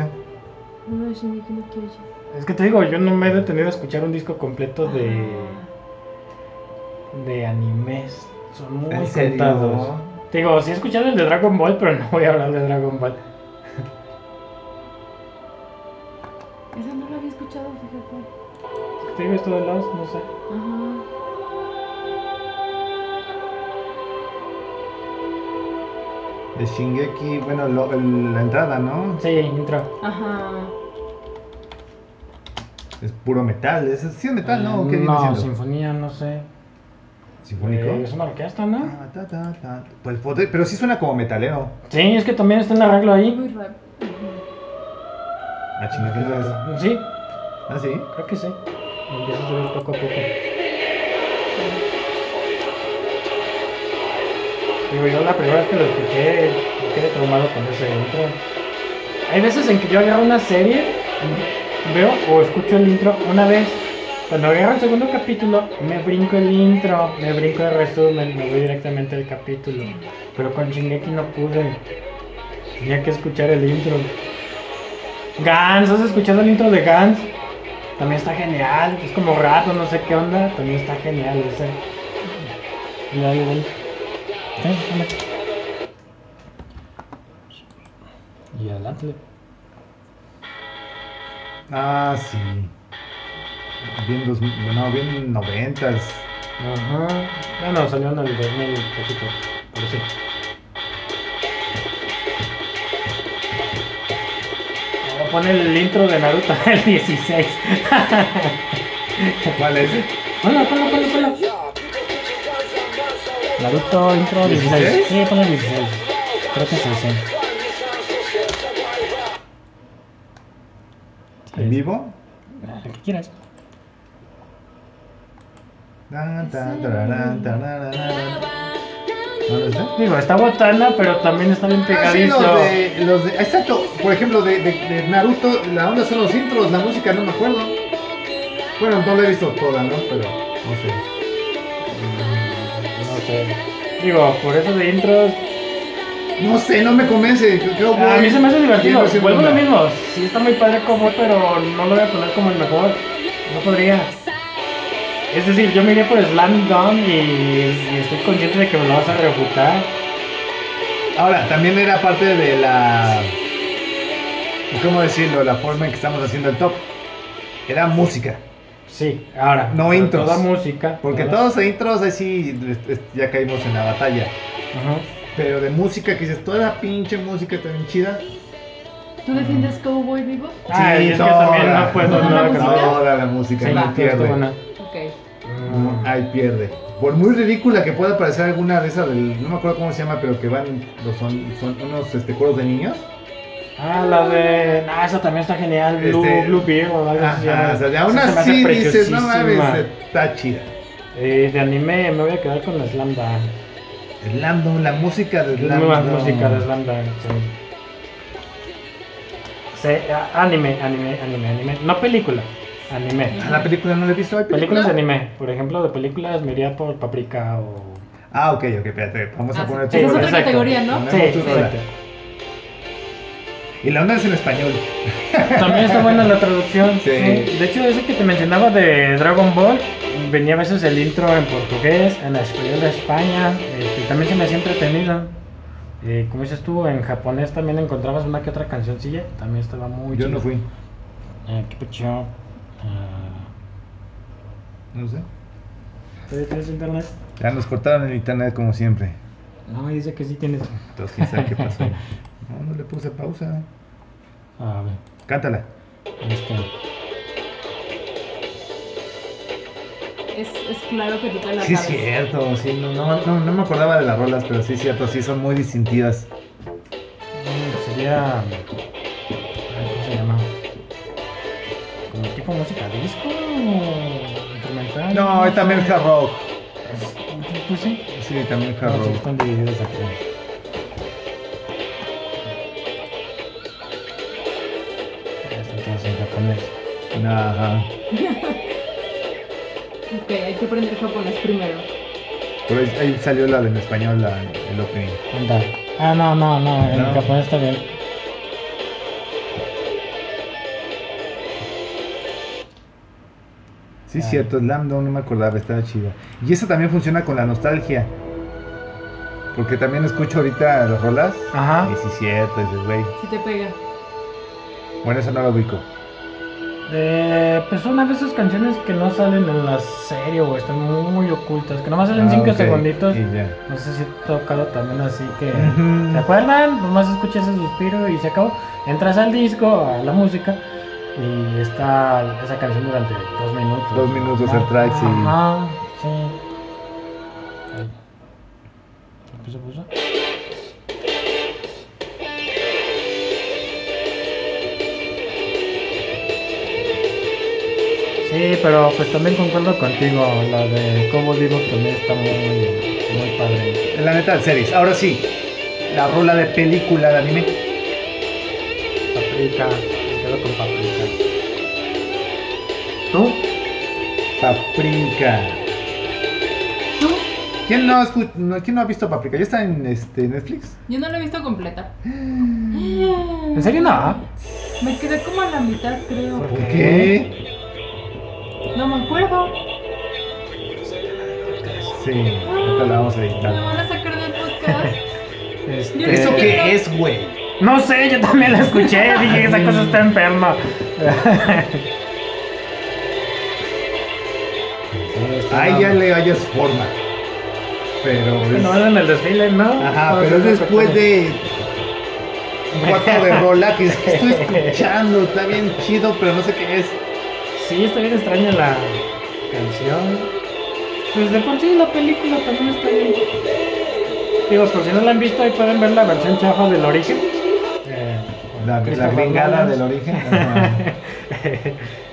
Speaker 3: Uno de Shingeki no Kyojin.
Speaker 2: Es que te digo, yo no me he detenido a escuchar un disco completo de, de animes. Son muy
Speaker 1: ¿En serio?
Speaker 2: contados. Te digo, sí he escuchado el de Dragon Ball, pero no voy a hablar de Dragon Ball.
Speaker 3: Ah, Esa no la había escuchado, fíjate.
Speaker 2: Te digo esto de Lost, no sé.
Speaker 3: Ajá.
Speaker 1: De Shingeki, bueno, lo- el- la entrada, ¿no?
Speaker 2: Sí, intro.
Speaker 3: Ajá.
Speaker 1: Es puro metal. ¿Es, sí es
Speaker 3: Ah,
Speaker 1: metal,
Speaker 2: Eh,
Speaker 1: no? ¿Qué viene
Speaker 2: no,
Speaker 1: siendo?
Speaker 2: sinfonía, no sé.
Speaker 1: ¿Sinfónico?
Speaker 2: Eh, es una orquesta, ¿no?
Speaker 1: Ah, ta, ta, ta. Pues podré- pero sí suena como metalero.
Speaker 2: Sí, es que también está en arreglo ahí.
Speaker 3: Muy raro. Ajá.
Speaker 1: Ah, chingada, ¿qué es?
Speaker 2: Sí,
Speaker 1: Ah, sí.
Speaker 2: creo que sí. Empieza a subir poco a poco. Digo, yo la primera vez que lo escuché, me quedé traumado con ese intro. Hay veces en que yo agarro una serie, veo o escucho el intro una vez. Cuando agarro el segundo capítulo, me brinco el intro, me brinco el resumen, me voy directamente al capítulo. Pero con Shingeki no pude. Tenía que escuchar el intro. Gans, ¿has escuchado el intro de Gans? También está genial. Es como rato, no sé qué onda. También está genial ese. Mira, mira, mira. Eh, dale. Y adelante.
Speaker 1: Ah, sí. Bien, dos, no, bien noventas.
Speaker 2: Ajá. Bueno, salió en el 2000 poquito. Pero sí. Ahora pone el intro de Naruto [LAUGHS] el 16.
Speaker 1: ¿Cuál es?
Speaker 2: ponlo, ponlo, ponlo, ponlo. Naruto intro 16. Sí, ponlo 16. Creo que es ese.
Speaker 1: ¿En vivo?
Speaker 2: Ah, El que quieras.
Speaker 1: Tan, tan, tararán, tararán. ¿No lo sé?
Speaker 2: Digo, está botana, pero también está bien pegadizo.
Speaker 1: Ah, sí, los de- los de- exacto, por ejemplo, de, de- de Naruto, la onda son los intros, la música no me acuerdo. Bueno, no la he visto toda, ¿no? Pero, no sé.
Speaker 2: No sé. Digo, por eso de intros.
Speaker 1: No sé, no me convence. creo que
Speaker 2: A
Speaker 1: voy
Speaker 2: mí se me hace divertido.
Speaker 1: viendo ese
Speaker 2: Vuelvo a lo
Speaker 1: mundo.
Speaker 2: mismo. Sí, está muy padre como, pero no lo voy a poner como el mejor. No podría. Es decir, yo me iría por Slam Dunk y, y estoy consciente de que me lo vas a refutar.
Speaker 1: Ahora, también era parte de la. ¿Cómo decirlo? La forma en que estamos haciendo el top. Era música.
Speaker 2: Sí, ahora.
Speaker 1: No
Speaker 2: pero
Speaker 1: intros.
Speaker 2: Toda música.
Speaker 1: Porque
Speaker 2: todas-
Speaker 1: todos los intros ahí sí es- es- ya caímos en la batalla.
Speaker 2: Ajá.
Speaker 1: Pero de música que dices, toda la pinche música tan chida.
Speaker 3: ¿Tú defiendes Cowboy Vivo?
Speaker 2: Ah, y es que también no puedo
Speaker 3: toda
Speaker 2: no
Speaker 3: la
Speaker 2: cambiar.
Speaker 3: música.
Speaker 1: Toda la Mm, música,
Speaker 2: Sí,
Speaker 1: no
Speaker 2: no,
Speaker 1: pierde.
Speaker 2: estuvo buena.
Speaker 3: Ok.
Speaker 1: No, ahí pierde. Por muy ridícula que pueda parecer alguna de esas, del- no me acuerdo cómo se llama, pero que van, los son, son unos este, coros de niños.
Speaker 2: Ah, la de. Ah, esa también está genial. Blue,
Speaker 1: Este-
Speaker 2: Blue Beer o algo así. se llama.
Speaker 1: Ajá, o sea, de
Speaker 2: Esa
Speaker 1: aún
Speaker 2: Ah, se me
Speaker 1: así
Speaker 2: hace
Speaker 1: dices, no
Speaker 2: preciosísima.
Speaker 1: mames, está chida.
Speaker 2: Eh, de anime me voy a quedar con la Slam Dunk.
Speaker 1: Slam Dunk, la música de
Speaker 2: La
Speaker 1: Slam
Speaker 2: nueva
Speaker 1: Dunk.
Speaker 2: música de Slam Dunk, sí. Se- a- anime, anime, anime, anime. No película, anime.
Speaker 1: Ah, La película [LAUGHS] no la he visto. ¿Hay película?
Speaker 2: Películas de anime. Por ejemplo, de películas me iría por Paprika o.
Speaker 1: Ah, ok, ok, espérate. Vamos
Speaker 3: Ah,
Speaker 1: a poner
Speaker 3: sí. Esa es
Speaker 1: tu
Speaker 3: otra
Speaker 1: rola.
Speaker 2: exacto.
Speaker 3: categoría, ¿no?
Speaker 1: Ponemos
Speaker 2: Sí,
Speaker 1: tu rola.
Speaker 2: exacto.
Speaker 1: Y la onda es en español.
Speaker 2: También está buena la traducción.
Speaker 1: Sí.
Speaker 2: sí. De hecho, ese que te mencionaba de Dragon Ball, venía a veces el intro en portugués, en español de España. este, también se me hacía entretenido. Eh, como dices tú, en japonés también encontrabas una que otra cancioncilla. También estaba muy
Speaker 1: Yo
Speaker 2: chida.
Speaker 1: no fui.
Speaker 2: Eh, ¿Qué pecho? Ah,
Speaker 1: No sé.
Speaker 2: ¿todavía ¿Tienes internet?
Speaker 1: Ya nos cortaron el internet como siempre.
Speaker 2: No, dice que sí tienes.
Speaker 1: Entonces, quién sabe qué
Speaker 2: [LAUGHS]
Speaker 1: pasó. No, no le puse pausa.
Speaker 2: A ver,
Speaker 1: Cántala.
Speaker 2: ahí está.
Speaker 3: Es, es claro que tú te la
Speaker 1: Sí, es
Speaker 3: sabes.
Speaker 1: cierto. Sí, no, no, no, no me acordaba de las rolas, pero sí, es cierto. Sí, son muy distintivas.
Speaker 2: Mm, Sería. ay, ¿Cómo se llama? ¿Como tipo música disco? o ¿Instrumental?
Speaker 1: No, y también hard rock.
Speaker 2: Pues sí.
Speaker 1: Sí, también hard
Speaker 2: No, sí,
Speaker 1: rock.
Speaker 2: están divididos aquí. Ya están todos en japonés.
Speaker 1: Ajá.
Speaker 3: Ok, hay que aprender japonés primero.
Speaker 1: Por ahí, ahí salió la de en español, la, el opening.
Speaker 2: Anda. Ah, no, no, no, en
Speaker 1: No.
Speaker 2: japonés está bien.
Speaker 1: Sí,
Speaker 2: Ah.
Speaker 1: cierto, Slam Dunk, no me acordaba, estaba chida. Y esa también funciona con la nostalgia. Porque también escucho ahorita las rolas.
Speaker 2: Ajá.
Speaker 1: Y sí, cierto, dices, güey.
Speaker 3: Si te pega.
Speaker 1: Bueno, eso no lo ubico.
Speaker 2: Eh, pues son a veces canciones que no salen en la serie o están muy ocultas, que nomás salen
Speaker 1: Ah,
Speaker 2: 5
Speaker 1: ok,
Speaker 2: segunditos. Eh,
Speaker 1: Y ya.
Speaker 2: No sé si he tocado también así que.
Speaker 1: Ujú.
Speaker 2: ¿Se acuerdan? Nomás escuchas ese suspiro y se acabó. Entras al disco, a la música, y está esa canción durante dos minutos.
Speaker 1: Dos minutos el track, sí.
Speaker 2: Ajá, sí. Ay. ¿Qué se puso? Sí, pero pues también concuerdo contigo, la de Como digo también está muy, muy padre.
Speaker 1: La neta, series. Ahora sí, la rola de película de anime.
Speaker 2: Paprika, me quedo con paprika. ¿Tú?
Speaker 1: Paprika.
Speaker 3: ¿Tú?
Speaker 1: ¿Quién no, escu- no- ¿Quién no ha visto Paprika? ¿Ya está en este, Netflix?
Speaker 3: Yo no la he visto completa.
Speaker 2: ¿En serio no?
Speaker 3: Me quedé como a la mitad, creo.
Speaker 2: ¿Por
Speaker 1: ¿Por
Speaker 2: qué?
Speaker 1: qué?
Speaker 3: No me acuerdo.
Speaker 1: Sí, ahorita la vamos a
Speaker 3: Me van
Speaker 1: editar.
Speaker 3: a sacar del podcast.
Speaker 2: Este,
Speaker 3: Yo
Speaker 1: ¿Eso
Speaker 3: no quiero.
Speaker 1: qué es, güey?
Speaker 2: No sé, yo también la escuché, dije esa cosa
Speaker 1: [LAUGHS]
Speaker 2: está enferma.
Speaker 1: Ay, ya le hallas forma. Pero es-
Speaker 2: No en el desfile, ¿no?
Speaker 1: Ajá, pero es después de un cuarto de rola que dices, "¿Qué estoy escuchando, está bien chido, pero no sé qué es.
Speaker 2: [LAUGHS] Sí, está bien extraña la canción. [LAUGHS] Pues de por sí la película también está bien. Digo, por si no la han visto, ahí pueden ver la versión chafa del origen. Eh, [LAUGHS]
Speaker 1: La, la
Speaker 2: Christopher
Speaker 1: gringada
Speaker 2: Nolan.
Speaker 1: del [LAUGHS] origen. ajá.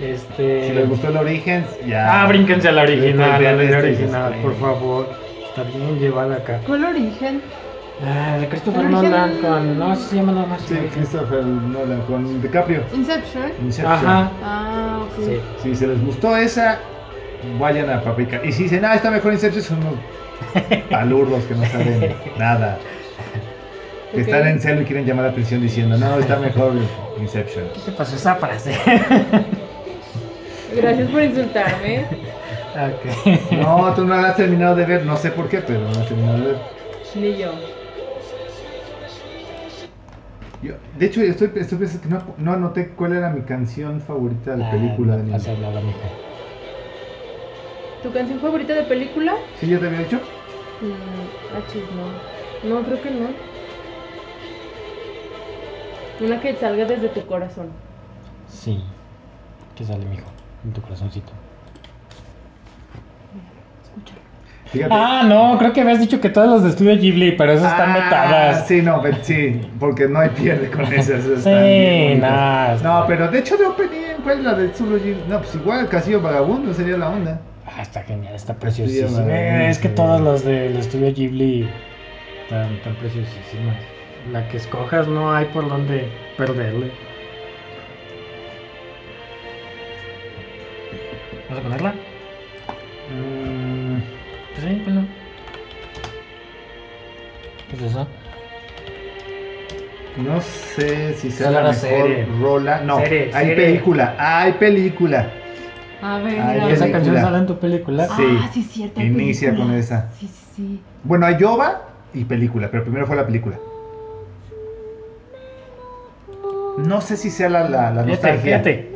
Speaker 2: este.
Speaker 1: si les gustó el origen, ya.
Speaker 2: Ah, brínquense a la original, a la
Speaker 1: Vean
Speaker 2: ley
Speaker 1: este y se
Speaker 2: original, por
Speaker 1: estrenen.
Speaker 2: favor. Está bien llevada acá.
Speaker 3: ¿Cuál origen?
Speaker 2: Ah, de Christopher
Speaker 3: Pero
Speaker 2: Nolan
Speaker 3: origen-
Speaker 2: con. No, sí se llama nada más.
Speaker 1: Sí, Christopher Nolan con DiCaprio.
Speaker 3: Inception.
Speaker 1: Inception.
Speaker 2: Ajá.
Speaker 3: Ah, ok.
Speaker 2: Sí.
Speaker 1: Si se les gustó esa, vayan a Paprika. Y si dicen, ah, está mejor Inception, son unos palurdos que no [LAUGHS] saben nada. Que
Speaker 3: Ok.
Speaker 1: están en celo y quieren llamar la atención diciendo, no, está mejor Inception.
Speaker 2: ¿Qué te pasó esa frase? [LAUGHS]
Speaker 3: Gracias por insultarme.
Speaker 2: ok.
Speaker 1: No, tú no la has terminado de ver, no sé por qué, pero no la has terminado de ver.
Speaker 3: Ni yo.
Speaker 1: Yo- de hecho, estoy, estoy pensando que no, no anoté cuál era mi canción favorita de la película.
Speaker 2: Ah,
Speaker 1: de
Speaker 2: no
Speaker 1: mi-
Speaker 2: pasa nada, mija.
Speaker 3: ¿Tu canción favorita de película?
Speaker 1: ¿Sí ya te había dicho?
Speaker 3: Mm, ah, chis, no. No, creo que no. Una que salga desde tu corazón.
Speaker 2: Sí. ¿Qué sale, mijo? En tu corazoncito.
Speaker 3: Escúchalo.
Speaker 1: Fíjate.
Speaker 2: Ah, no, creo que habías dicho que todas las de Estudio Ghibli, pero esas están
Speaker 1: Ah,
Speaker 2: vetadas.
Speaker 1: Sí, no, pero sí, porque no hay pierde con
Speaker 2: [LAUGHS]
Speaker 1: esas. esas están
Speaker 2: Sí,
Speaker 1: bien bonitas.
Speaker 2: nada.
Speaker 1: No, pero de hecho de opening, ¿cuál es la de Tsuru Jin? No, pues igual Casillo Vagabundo sería la onda.
Speaker 2: Ah, está genial, está preciosísima.
Speaker 1: madre,
Speaker 2: Eh, es que
Speaker 1: sí.
Speaker 2: todas las del estudio Ghibli están, están preciosísimas. La que escojas no hay por dónde perderle. ¿Vas a ponerla? Pues sí, bueno. ¿Qué es eso?
Speaker 1: No sé si sea
Speaker 2: Es
Speaker 1: la
Speaker 2: una
Speaker 1: mejor
Speaker 2: serie.
Speaker 1: rola. No,
Speaker 2: Serie,
Speaker 1: hay
Speaker 2: serie.
Speaker 1: película, hay película.
Speaker 3: A
Speaker 1: Ay,
Speaker 3: ver, a
Speaker 1: esa
Speaker 2: ¿Esa
Speaker 3: ver.
Speaker 2: canción
Speaker 1: película.
Speaker 2: sale en tu película?
Speaker 1: Sí.
Speaker 3: Ah, sí, es cierto. hay
Speaker 1: Inicia
Speaker 3: película.
Speaker 1: con esa.
Speaker 3: Sí, sí, sí.
Speaker 1: Bueno, hay ova y película, pero primero fue la película. No sé si sea la, la, la
Speaker 2: Ah, Fíjate,
Speaker 1: nostalgia.
Speaker 2: fíjate.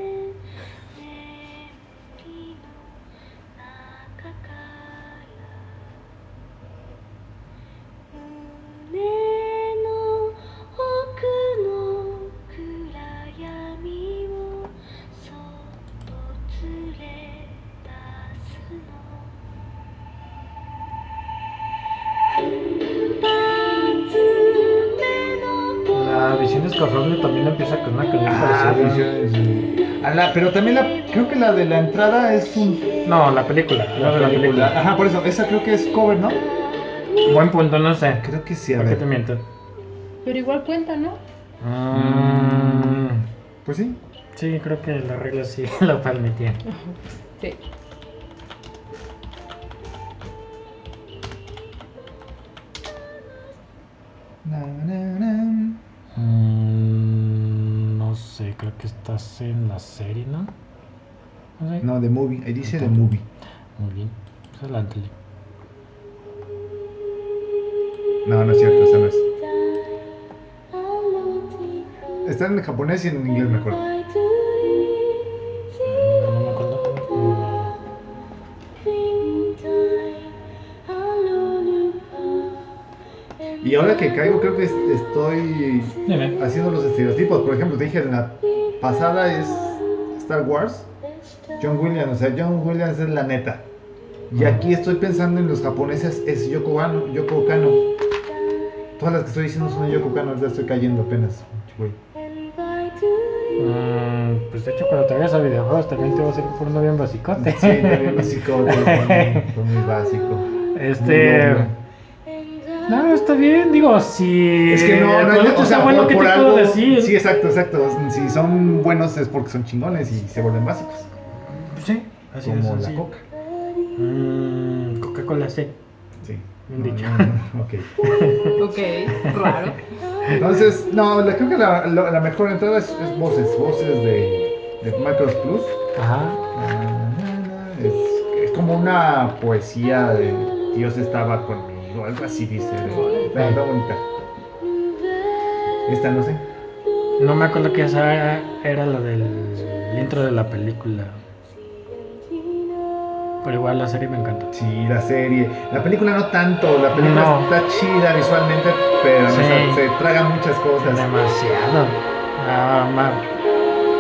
Speaker 2: La visión escafable también empieza con una canción
Speaker 1: Ah,
Speaker 2: parecida.
Speaker 1: visiones, sí. A la- pero también la, creo que la de la entrada es un,
Speaker 2: No, la película. La, de la película.
Speaker 1: Ajá, por eso, esa creo que es cover, ¿no?
Speaker 2: Buen punto, no sé.
Speaker 1: Creo que sí, a
Speaker 2: ¿Por qué te
Speaker 1: ver.
Speaker 2: miento?
Speaker 3: Pero igual cuenta, ¿no?
Speaker 2: Mm,
Speaker 1: Pues sí.
Speaker 2: sí, creo que la regla sí [LAUGHS] lo permitía.
Speaker 3: Sí.
Speaker 1: Na, na, na.
Speaker 2: Mm, no sé, creo que estás en la serie, ¿no? No sé.
Speaker 1: No, de movie. Ahí dice de movie.
Speaker 2: Muy bien. Pues Adelante.
Speaker 1: No, no es cierto, esa no es. Está en japonés y en inglés, me acuerdo.
Speaker 2: No, no me acuerdo.
Speaker 1: Y ahora que caigo, creo que es- estoy
Speaker 2: Dime.
Speaker 1: haciendo los estereotipos. Por ejemplo, te dije en la pasada es Star Wars, John Williams. O sea, John Williams es la neta. Y aquí estoy pensando en los japoneses, es Yoko Kano. Yoko Kano. Todas las que estoy diciendo son de Yoko Kano, ahorita estoy cayendo apenas. güey.
Speaker 2: Mm, pues de hecho, cuando te vayas a videojuegos, también te vas a ir por uno bien basicote.
Speaker 1: Sí,
Speaker 2: [LAUGHS]
Speaker 1: también básico, güey, fue muy- fue muy básico.
Speaker 2: Este. No, está bien, digo, si.
Speaker 1: Es que no,
Speaker 2: el
Speaker 1: no
Speaker 2: producto
Speaker 1: o sea,
Speaker 2: está bueno,
Speaker 1: por-
Speaker 2: ¿qué te
Speaker 1: por
Speaker 2: puedo
Speaker 1: algo-
Speaker 2: decir?
Speaker 1: Sí, exacto, exacto. Si son buenos es porque son chingones y se vuelven básicos.
Speaker 2: Sí, así de
Speaker 1: como la
Speaker 2: sencillo.
Speaker 1: coca.
Speaker 2: Mm, Coca-Cola, sí.
Speaker 1: Sí.
Speaker 2: Bien
Speaker 1: No,
Speaker 2: dicho.
Speaker 1: no, no, ok.
Speaker 3: [LAUGHS] Ok, raro.
Speaker 1: Entonces, no, la, creo que la, la- la mejor entrada es, es voces, voces de, de Michael Plus.
Speaker 2: Ajá.
Speaker 1: Es, es como una poesía de Dios estaba conmigo, algo así dice. Está, está bonita. Esta no sé.
Speaker 2: No me acuerdo que esa era la del intro de la película. Pero igual la serie me encanta.
Speaker 1: Sí, la serie. La película no tanto. La película
Speaker 2: No.
Speaker 1: está chida visualmente, pero o sea,
Speaker 2: Sí.
Speaker 1: se traga muchas cosas.
Speaker 2: Demasiado. Ah, ma-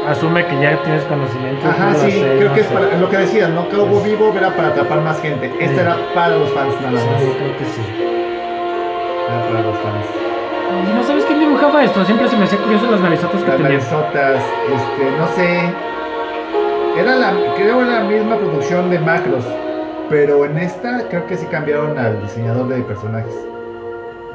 Speaker 2: Asume que ya tienes conocimiento.
Speaker 1: Ajá,
Speaker 2: de la
Speaker 1: sí,
Speaker 2: serie,
Speaker 1: creo
Speaker 2: no
Speaker 1: que es
Speaker 2: sé.
Speaker 1: para lo que decías, ¿no? Cabo
Speaker 2: Sí.
Speaker 1: Vivo era para atrapar más gente. Este Esta
Speaker 2: Sí.
Speaker 1: era para los fans nada más.
Speaker 2: Sí, creo que sí.
Speaker 1: Era para los fans.
Speaker 2: Y no sabes quién dibujaba esto, siempre se me hacía curioso las navizotas que
Speaker 1: Las
Speaker 2: tenía.
Speaker 1: narizotas, este, no sé. Era la, creo la misma producción de Macros, pero en esta creo que sí cambiaron al diseñador de personajes.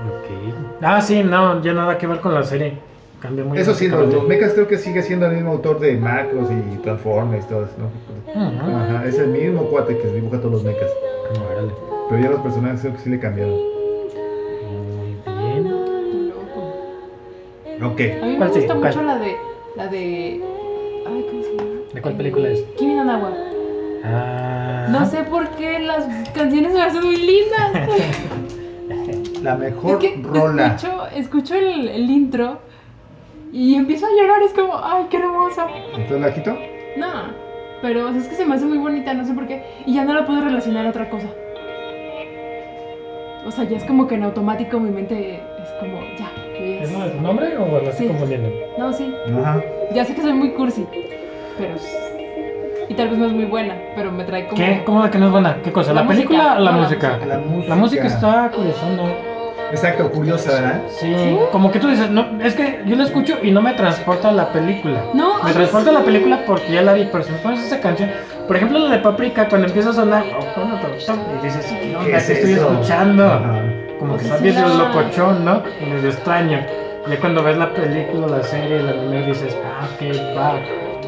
Speaker 2: Ok. Ah, sí, no, ya nada que ver con la serie. Cambia muy
Speaker 1: Eso sí, los, los
Speaker 2: drásticamente.
Speaker 1: mechas creo que sigue siendo el mismo autor de Macros y Transformers y todo eso, ¿no?
Speaker 2: Ujú.
Speaker 1: Ajá, es el mismo cuate que dibuja todos los mechas,
Speaker 2: Órale.
Speaker 1: pero ya los personajes creo que sí le cambiaron.
Speaker 2: Muy bien.
Speaker 3: Loco.
Speaker 1: Ok,
Speaker 3: A mí me
Speaker 2: ¿Cuál sigue?
Speaker 3: gusta mucho
Speaker 2: ¿Cuál?
Speaker 3: la de. La de. Ay, ¿cómo se llama? Eh,
Speaker 2: ¿De cuál película es?
Speaker 3: Kimi no Na wa.
Speaker 2: Ah.
Speaker 3: No sé por qué las canciones me hacen
Speaker 2: [LAUGHS]
Speaker 3: muy lindas.
Speaker 1: la
Speaker 3: Es
Speaker 1: mejor
Speaker 3: que
Speaker 1: rola.
Speaker 3: escucho, escucho el, el intro y empiezo a llorar. Es como, ay, qué hermosa.
Speaker 1: Entonces la quito.
Speaker 3: No, pero o sea, es que se me hace muy bonita, no sé por qué. Y ya no la puedo relacionar a otra cosa. O sea, ya es como que en automático mi mente es como, ya, yo ya
Speaker 2: ¿Es
Speaker 3: sé.
Speaker 2: la de tu nombre o la estoy
Speaker 3: Sí.
Speaker 2: confundiendo?
Speaker 3: No, sí,
Speaker 1: Ajá.
Speaker 3: ya sé que soy muy cursi, pero... Y tal vez no es muy buena, pero me trae como...
Speaker 2: ¿Qué? ¿Cómo de que no es buena? ¿Qué cosa? ¿La,
Speaker 3: La
Speaker 2: película
Speaker 3: música.
Speaker 2: o la
Speaker 3: No, la
Speaker 2: música?
Speaker 1: La música.
Speaker 2: La música está curiosa, ¿no?
Speaker 1: Exacto, curiosa, ¿verdad?
Speaker 2: Sí, como que tú dices, no, es que yo la escucho y no me transporta a la película.
Speaker 3: No,
Speaker 2: Me
Speaker 3: ah,
Speaker 2: transporta a la
Speaker 3: sí.
Speaker 2: película porque ya la vi, pero si me pones esa canción, por ejemplo la de Paprika, cuando empieza a sonar, oh, bueno, tom, tom, y dices, ¿qué onda? ¿Qué estoy
Speaker 1: eso?
Speaker 2: escuchando?
Speaker 1: Ajá.
Speaker 2: Como que
Speaker 3: Sí,
Speaker 2: estás
Speaker 3: sí,
Speaker 2: viendo
Speaker 3: la-
Speaker 2: el locochón, ¿no? Medio extraño. Ya cuando ves la película, la serie, la anime, dices, ah, ok, va,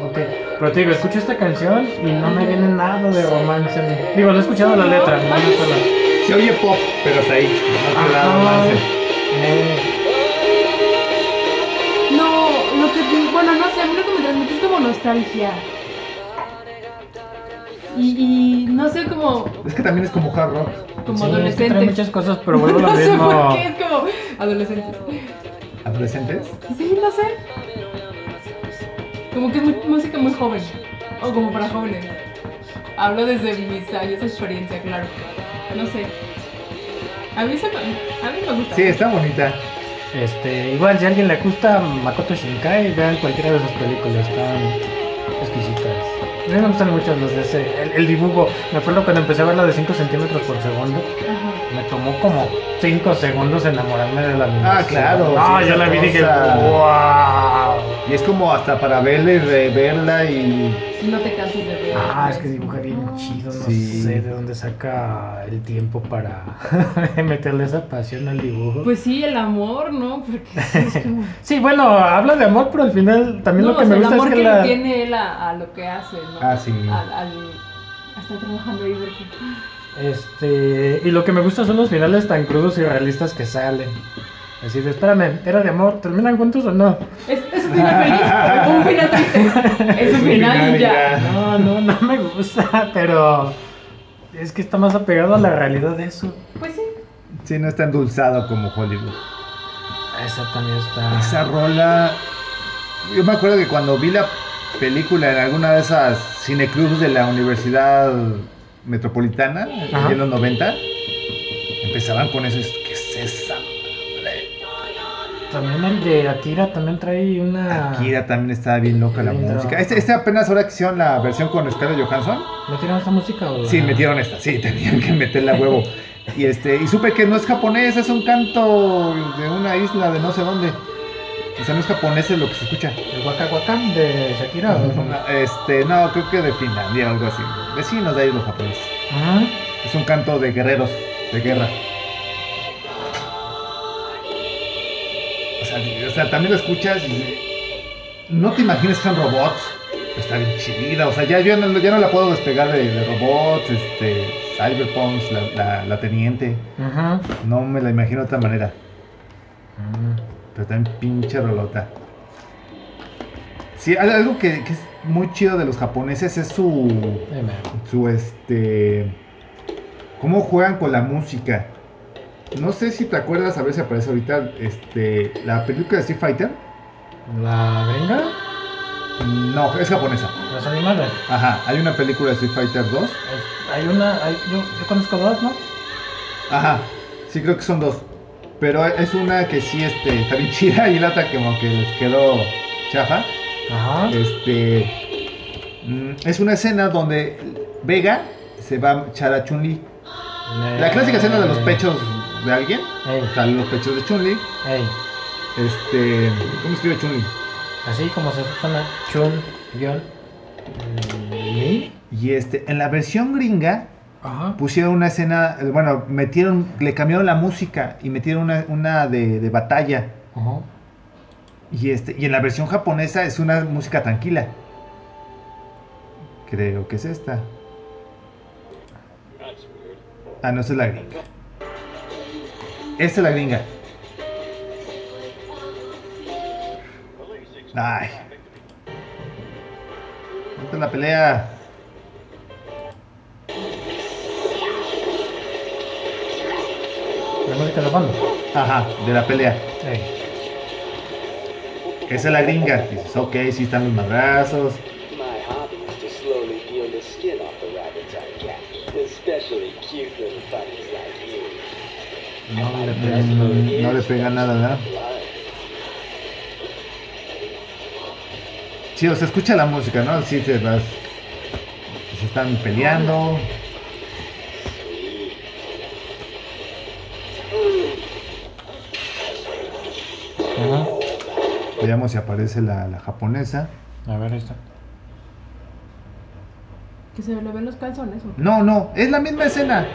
Speaker 2: ok. Pero te digo, escucho esta canción y no me viene nada de romance. a mí. Digo, no he escuchado la letra, no me acuerdo.
Speaker 1: Se oye pop, pero hasta ahí. No te da
Speaker 2: Ajá.
Speaker 1: romance.
Speaker 2: Eh,
Speaker 3: No, lo que... Bueno, no sé, a mí lo que me transmite es como nostalgia. Y, y no sé, como...
Speaker 1: Es que también es como hard rock.
Speaker 3: Como
Speaker 2: sí, es que trae
Speaker 3: adolescentes.
Speaker 2: muchas cosas, pero vuelvo a lo
Speaker 3: [LAUGHS] no sé
Speaker 2: mismo.
Speaker 3: por qué, es como adolescentes.
Speaker 1: ¿Adolescentes?
Speaker 3: Sí, no sé. Como que es muy- música muy joven. O como para jóvenes. Hablo desde mis años de experiencia, claro. No sé. A mí, se me, a mí me gusta.
Speaker 1: Sí, está bonita.
Speaker 2: Este, igual si a alguien le gusta Makoto Shinkai, vean cualquiera de sus películas, están exquisitas. A mí me gustan mucho las de ese, el, el dibujo. Me acuerdo cuando empecé a ver la de 5 centímetros por segundo,
Speaker 3: Ajá.
Speaker 2: me tomó como 5 segundos enamorarme de la animación.
Speaker 1: Ah, claro,
Speaker 2: No,
Speaker 1: sí,
Speaker 2: yo
Speaker 1: esa
Speaker 2: la vi y dije,
Speaker 1: cosa.
Speaker 2: wow.
Speaker 1: Y es como hasta para verla y reverla y...
Speaker 3: No te canses de ver.
Speaker 2: Ah, es que dibuja bien chido, no
Speaker 1: Sí.
Speaker 2: sé de dónde saca el tiempo para [LAUGHS] meterle esa pasión al dibujo.
Speaker 3: Pues sí, el amor, ¿no? Porque
Speaker 2: [LAUGHS]
Speaker 3: es como...
Speaker 2: Sí, bueno, habla de amor, pero al final también
Speaker 3: No,
Speaker 2: lo que
Speaker 3: o
Speaker 2: me
Speaker 3: sea, el
Speaker 2: gusta es
Speaker 3: amor
Speaker 2: que,
Speaker 3: que,
Speaker 2: la...
Speaker 3: le tiene él a, a lo que hace, ¿no?
Speaker 1: Ah, sí.
Speaker 3: Al, al- Está trabajando ahí porque...
Speaker 2: Este, y lo que me gusta son los finales tan crudos y realistas que salen. Así de, espérame, era de amor, ¿terminan juntos o no?
Speaker 3: Es, es un final feliz, o un
Speaker 2: [LAUGHS]
Speaker 3: final triste. Es un final y ya.
Speaker 2: No, no, no me gusta, [LAUGHS] pero es que está más apegado a la realidad de eso.
Speaker 3: Pues sí.
Speaker 1: Sí, no es tan endulzado como Hollywood.
Speaker 2: Esa también está.
Speaker 1: Esa rola... Yo me acuerdo que cuando vi la película en alguna de esas cineclubs de la Universidad Metropolitana,
Speaker 2: Ajá.
Speaker 1: en los 90, empezaban con eso. es- ¿Qué es esa? madre?
Speaker 2: También el de Akira también trae una.
Speaker 1: Akira también estaba bien loca la
Speaker 2: Bien
Speaker 1: música.
Speaker 2: loca.
Speaker 1: Este, este apenas ahora que hicieron la versión con Scarlett Johansson.
Speaker 2: ¿Metieron esta música o la-
Speaker 1: Sí, metieron esta, sí, [LAUGHS] tenían que meterla a huevo. Y este, y supe que no es japonés, es un canto de una isla de no sé dónde. O sea, no es japonés es lo que se escucha.
Speaker 2: ¿El Waka Waka de Shakira? o no?
Speaker 1: Este, no, creo que de Finlandia o algo así. Vecinos de ahí los japoneses.
Speaker 2: Ajá.
Speaker 1: Es un canto de guerreros, de guerra. O sea, o sea, también lo escuchas y no te imaginas que son robots. pero Está bien chida, o sea, ya yo no, ya no la puedo despegar de, de robots, este, Cyberpunks, la, la- la teniente.
Speaker 2: Ajá.
Speaker 1: No me la imagino de otra manera,
Speaker 2: Mm.
Speaker 1: pero también pinche rolota. Sí, al- algo que, que es muy chido de los japoneses es su
Speaker 2: Dime.
Speaker 1: su este cómo juegan con la música. No sé si te acuerdas, a ver si aparece ahorita este la película de Street Fighter.
Speaker 2: ¿La gringa?
Speaker 1: No, es japonesa.
Speaker 2: ¿Las animales?
Speaker 1: Ajá, hay una película de Street Fighter 2.
Speaker 2: Es- Hay una, hay- yo, yo conozco dos, ¿no?
Speaker 1: Ajá. Sí creo que son dos. Pero es una que sí este está bien [LAUGHS] chida y la otra que como que les quedó chafa.
Speaker 2: Ajá.
Speaker 1: Este mm, es una escena donde Vega se va a echar a Chun-Li. La clásica escena de los pechos de alguien.
Speaker 2: Eh, Ey,
Speaker 1: Salen los pechos de Chun-Li.
Speaker 2: ey.
Speaker 1: Este. ¿Cómo escribe Chun-Li?
Speaker 2: Así como se suena Chun, Yon, Li.
Speaker 1: Y este, en la versión gringa
Speaker 2: Ajá.
Speaker 1: pusieron una escena, eh, bueno, metieron, le cambiaron la música y metieron una, una de, de batalla.
Speaker 2: Ajá.
Speaker 1: Y este, y en la versión japonesa es una música tranquila. Creo que es esta. Ah, no, esa es la gringa. Esta es la gringa. Ay. Esta es la pelea.
Speaker 2: La música de fondo.
Speaker 1: Ajá, de la pelea.
Speaker 2: Eh,
Speaker 1: Esa es la gringa. Dices, ok, sí están los madrazos.
Speaker 4: My hobby is to slowly peel the skin off the rabbits I catch, especially cute little puppies like you.
Speaker 2: no le pegas.
Speaker 1: Mm, no le pega nada, ¿verdad?
Speaker 4: Blind.
Speaker 1: Sí, o sea, escucha la música, ¿no? Sí, te vas. Se están peleando.
Speaker 2: Ajá.
Speaker 1: Veamos si aparece la, la japonesa.
Speaker 2: A ver, ahí está.
Speaker 3: Que se le ven los calzones. ¿o qué?
Speaker 1: No, no, es la misma escena.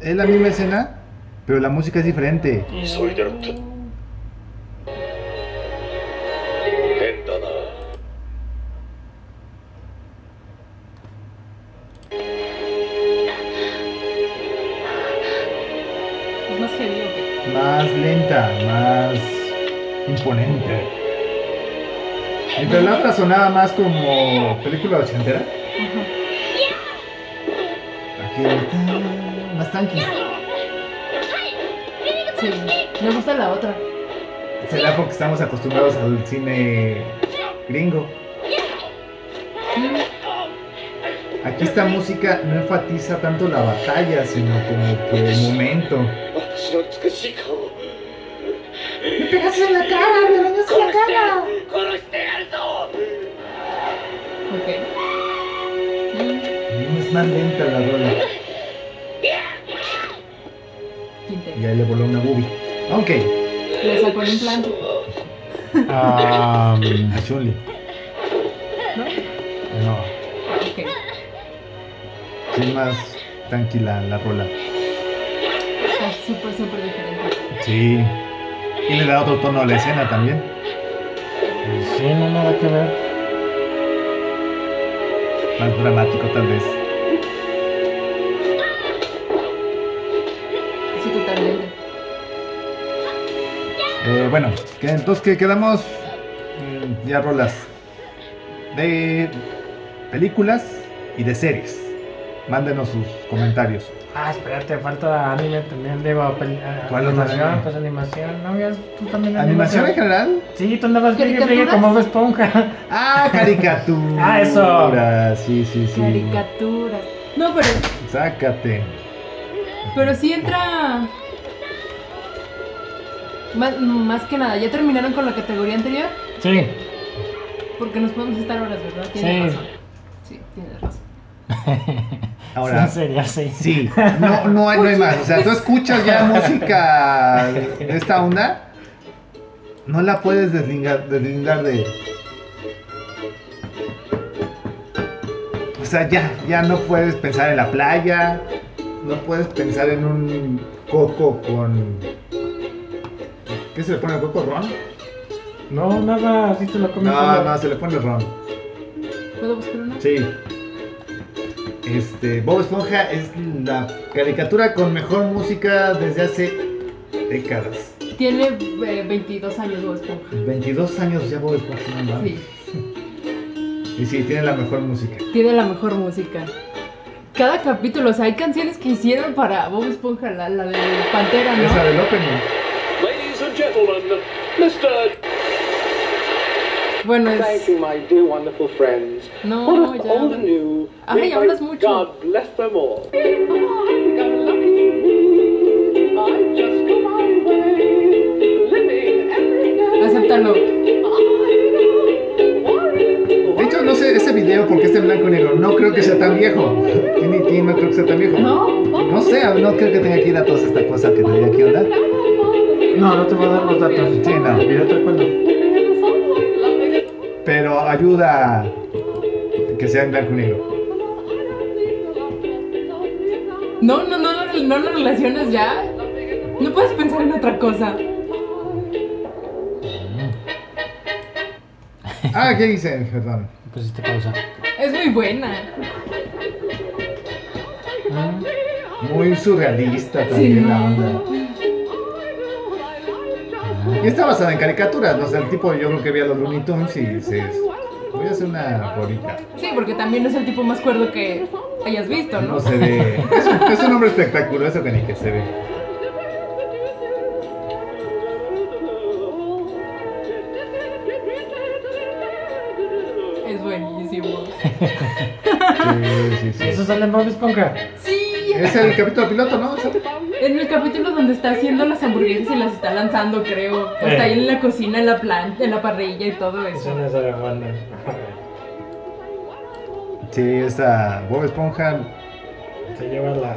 Speaker 1: Es la misma escena, pero la música es diferente.
Speaker 5: 急いでるって変だな
Speaker 3: Es más heavy, ¿o qué?
Speaker 1: Más lenta, más imponente. Mientras la otra sonaba más como película ochentera.
Speaker 3: Ajá.
Speaker 1: Aquí está más tanque.
Speaker 3: Sí. Me gusta la otra.
Speaker 1: Será porque estamos acostumbrados al cine gringo.
Speaker 3: Mm.
Speaker 1: Aquí esta música no enfatiza tanto la batalla, sino como que el momento.
Speaker 5: 私の美しい顔を
Speaker 1: ¡Me pegaste en la cara! ¡Me dañaste la cara!
Speaker 5: 殺してやるぞ
Speaker 3: Ok. Mm,
Speaker 1: Mm, Es más lenta la rola.
Speaker 3: Quintero.
Speaker 1: Y ahí le voló una boobie. Ok,
Speaker 3: Le sacó el implante.
Speaker 2: Ah,
Speaker 1: a Chun-Li.
Speaker 3: ¿No?
Speaker 2: no.
Speaker 3: Ok.
Speaker 1: Sí, es más tranquila la rola.
Speaker 3: Está súper, súper diferente.
Speaker 1: Sí. Y le da otro tono a la escena también.
Speaker 2: Sí, no nada que ver.
Speaker 1: Más dramático tal vez.
Speaker 3: Sí, totalmente.
Speaker 1: Eh, bueno, que, entonces que quedamos mm, ya rolas de películas y de series. Mándenos sus comentarios.
Speaker 2: Ah, espérate, falta anime también. Digo, pel- ah,
Speaker 1: ¿Cuál otro
Speaker 2: animación,
Speaker 1: anime?
Speaker 2: pues animación. No, ya, tú también
Speaker 1: ¿Animación en general?
Speaker 2: Sí, tú andabas friegue,
Speaker 3: ¿Caricaturas?
Speaker 2: friegue como Bob esponja.
Speaker 1: Ah, caricaturas.
Speaker 2: Ah, eso.
Speaker 1: Sí, sí, sí.
Speaker 3: Caricaturas. No, pero,
Speaker 1: Sácate.
Speaker 3: pero sí entra. Más, más que nada, ya terminaron con la categoría anterior
Speaker 2: [LAUGHS] Sí.
Speaker 3: porque nos podemos estar horas, ¿verdad? Tienes
Speaker 2: Sí.
Speaker 3: razón. Sí, tienes razón.
Speaker 1: Ahora.
Speaker 2: En serio, sí.
Speaker 1: Sí, no, no, hay, no hay más. O sea, tú escuchas ya música de esta onda, no la puedes deslindar, deslindar de. O sea, ya, ya no puedes pensar en la playa, no puedes pensar en un coco con. ¿Qué se le pone al coco? ¿Ron?
Speaker 2: No, nada, así te lo comes.
Speaker 1: No, no, se le pone ron.
Speaker 3: ¿Puedo buscar una?
Speaker 1: Sí. Este, Bob Esponja es la caricatura con mejor música desde hace décadas.
Speaker 3: Tiene eh, 22 años Bob Esponja.
Speaker 1: 22 años ya Bob Esponja. no mames.
Speaker 3: Sí.
Speaker 1: Y sí, tiene la mejor música.
Speaker 3: Tiene la mejor música. Cada capítulo, o sea, hay canciones que hicieron para Bob Esponja, la, la de Pantera, ¿no?
Speaker 1: Esa del opening.
Speaker 5: Ladies and gentlemen, Mr.
Speaker 3: Bueno,
Speaker 4: Thank
Speaker 3: es...
Speaker 4: you, my dear wonderful friends.
Speaker 3: No,
Speaker 4: What is
Speaker 3: ya.
Speaker 4: old and new?
Speaker 3: Ay,
Speaker 4: We
Speaker 3: hablas
Speaker 4: thank
Speaker 3: mucho.
Speaker 4: God bless them all. Oh, I just go my way, living every day.
Speaker 3: Acéptalo.
Speaker 1: De hecho, no sé ese video porque es en blanco y negro. No creo que sea tan viejo. Tiene que- no creo que sea tan viejo.
Speaker 3: ¿No?
Speaker 1: No sé, no creo que tenga aquí datos esta cosa que tendría que andar. No, no te voy a dar los datos. Sí, no.
Speaker 2: Yo te acuerdo.
Speaker 3: Tienes razón, la pegué.
Speaker 1: Pero ayuda a que sea en blanco y negro.
Speaker 3: No, no, no, lo- no lo relacionas ya. No puedes pensar en otra cosa.
Speaker 1: Ah, ¿qué hice? Perdón.
Speaker 2: Pusiste pausa.
Speaker 3: Es muy buena.
Speaker 2: Ah,
Speaker 1: Muy surrealista también
Speaker 3: Sí.
Speaker 1: la onda. Y está basada en caricaturas, ¿no? O sea, el tipo yo creo que veía los Looney Tunes y dices, voy a hacer una bonita.
Speaker 3: Sí, porque también es el tipo más cuerdo que hayas visto, ¿no?
Speaker 1: No se ve. Es un, es un hombre espectaculoso que ni que se ve.
Speaker 3: Es buenísimo.
Speaker 1: Sí, sí, sí.
Speaker 2: Eso sale en Bob Esponja.
Speaker 3: Sí,
Speaker 1: Es el capítulo piloto, ¿no?
Speaker 3: en el capítulo donde está haciendo las hamburguesas y las está lanzando, creo. O Está ahí en la cocina, en la planta, en la parrilla y todo
Speaker 2: Eso
Speaker 3: eso.
Speaker 2: no es de la banda.
Speaker 1: Sí, esa Bob Esponja.
Speaker 2: [LAUGHS] Se lleva la.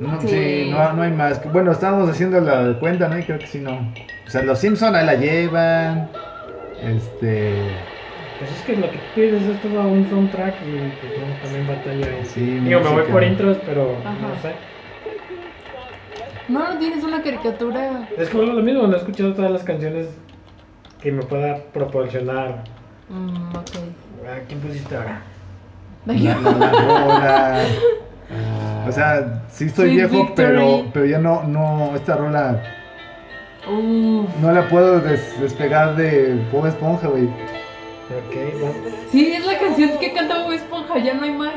Speaker 1: No,
Speaker 3: Sí.
Speaker 1: sí, no, no hay más. Bueno, estábamos haciendo la cuenta, ¿no? Y creo que sí, no. O sea, los Simpson ahí la llevan. Este.
Speaker 2: Pues es que lo que pides es todo un soundtrack y pues, no, también batalla.
Speaker 1: Sí,
Speaker 2: Digo, me voy
Speaker 1: música.
Speaker 2: por intros, pero no
Speaker 3: Ajá.
Speaker 2: sé.
Speaker 3: No, no tienes una caricatura.
Speaker 2: Es como lo mismo, no he escuchado todas las canciones que me pueda proporcionar.
Speaker 3: Mm, ok.
Speaker 2: Ah, ¿Quién pusiste ahora?
Speaker 1: La, la, la rola. O sea, sí estoy
Speaker 3: Sweet
Speaker 1: viejo, pero,
Speaker 3: Victory.
Speaker 1: pero ya no, no, esta rola
Speaker 3: Uf.
Speaker 1: no la puedo des- despegar de Bob Esponja, güey.
Speaker 2: ok, va.
Speaker 3: Sí, es la canción que canta Bob Esponja, ya no hay más.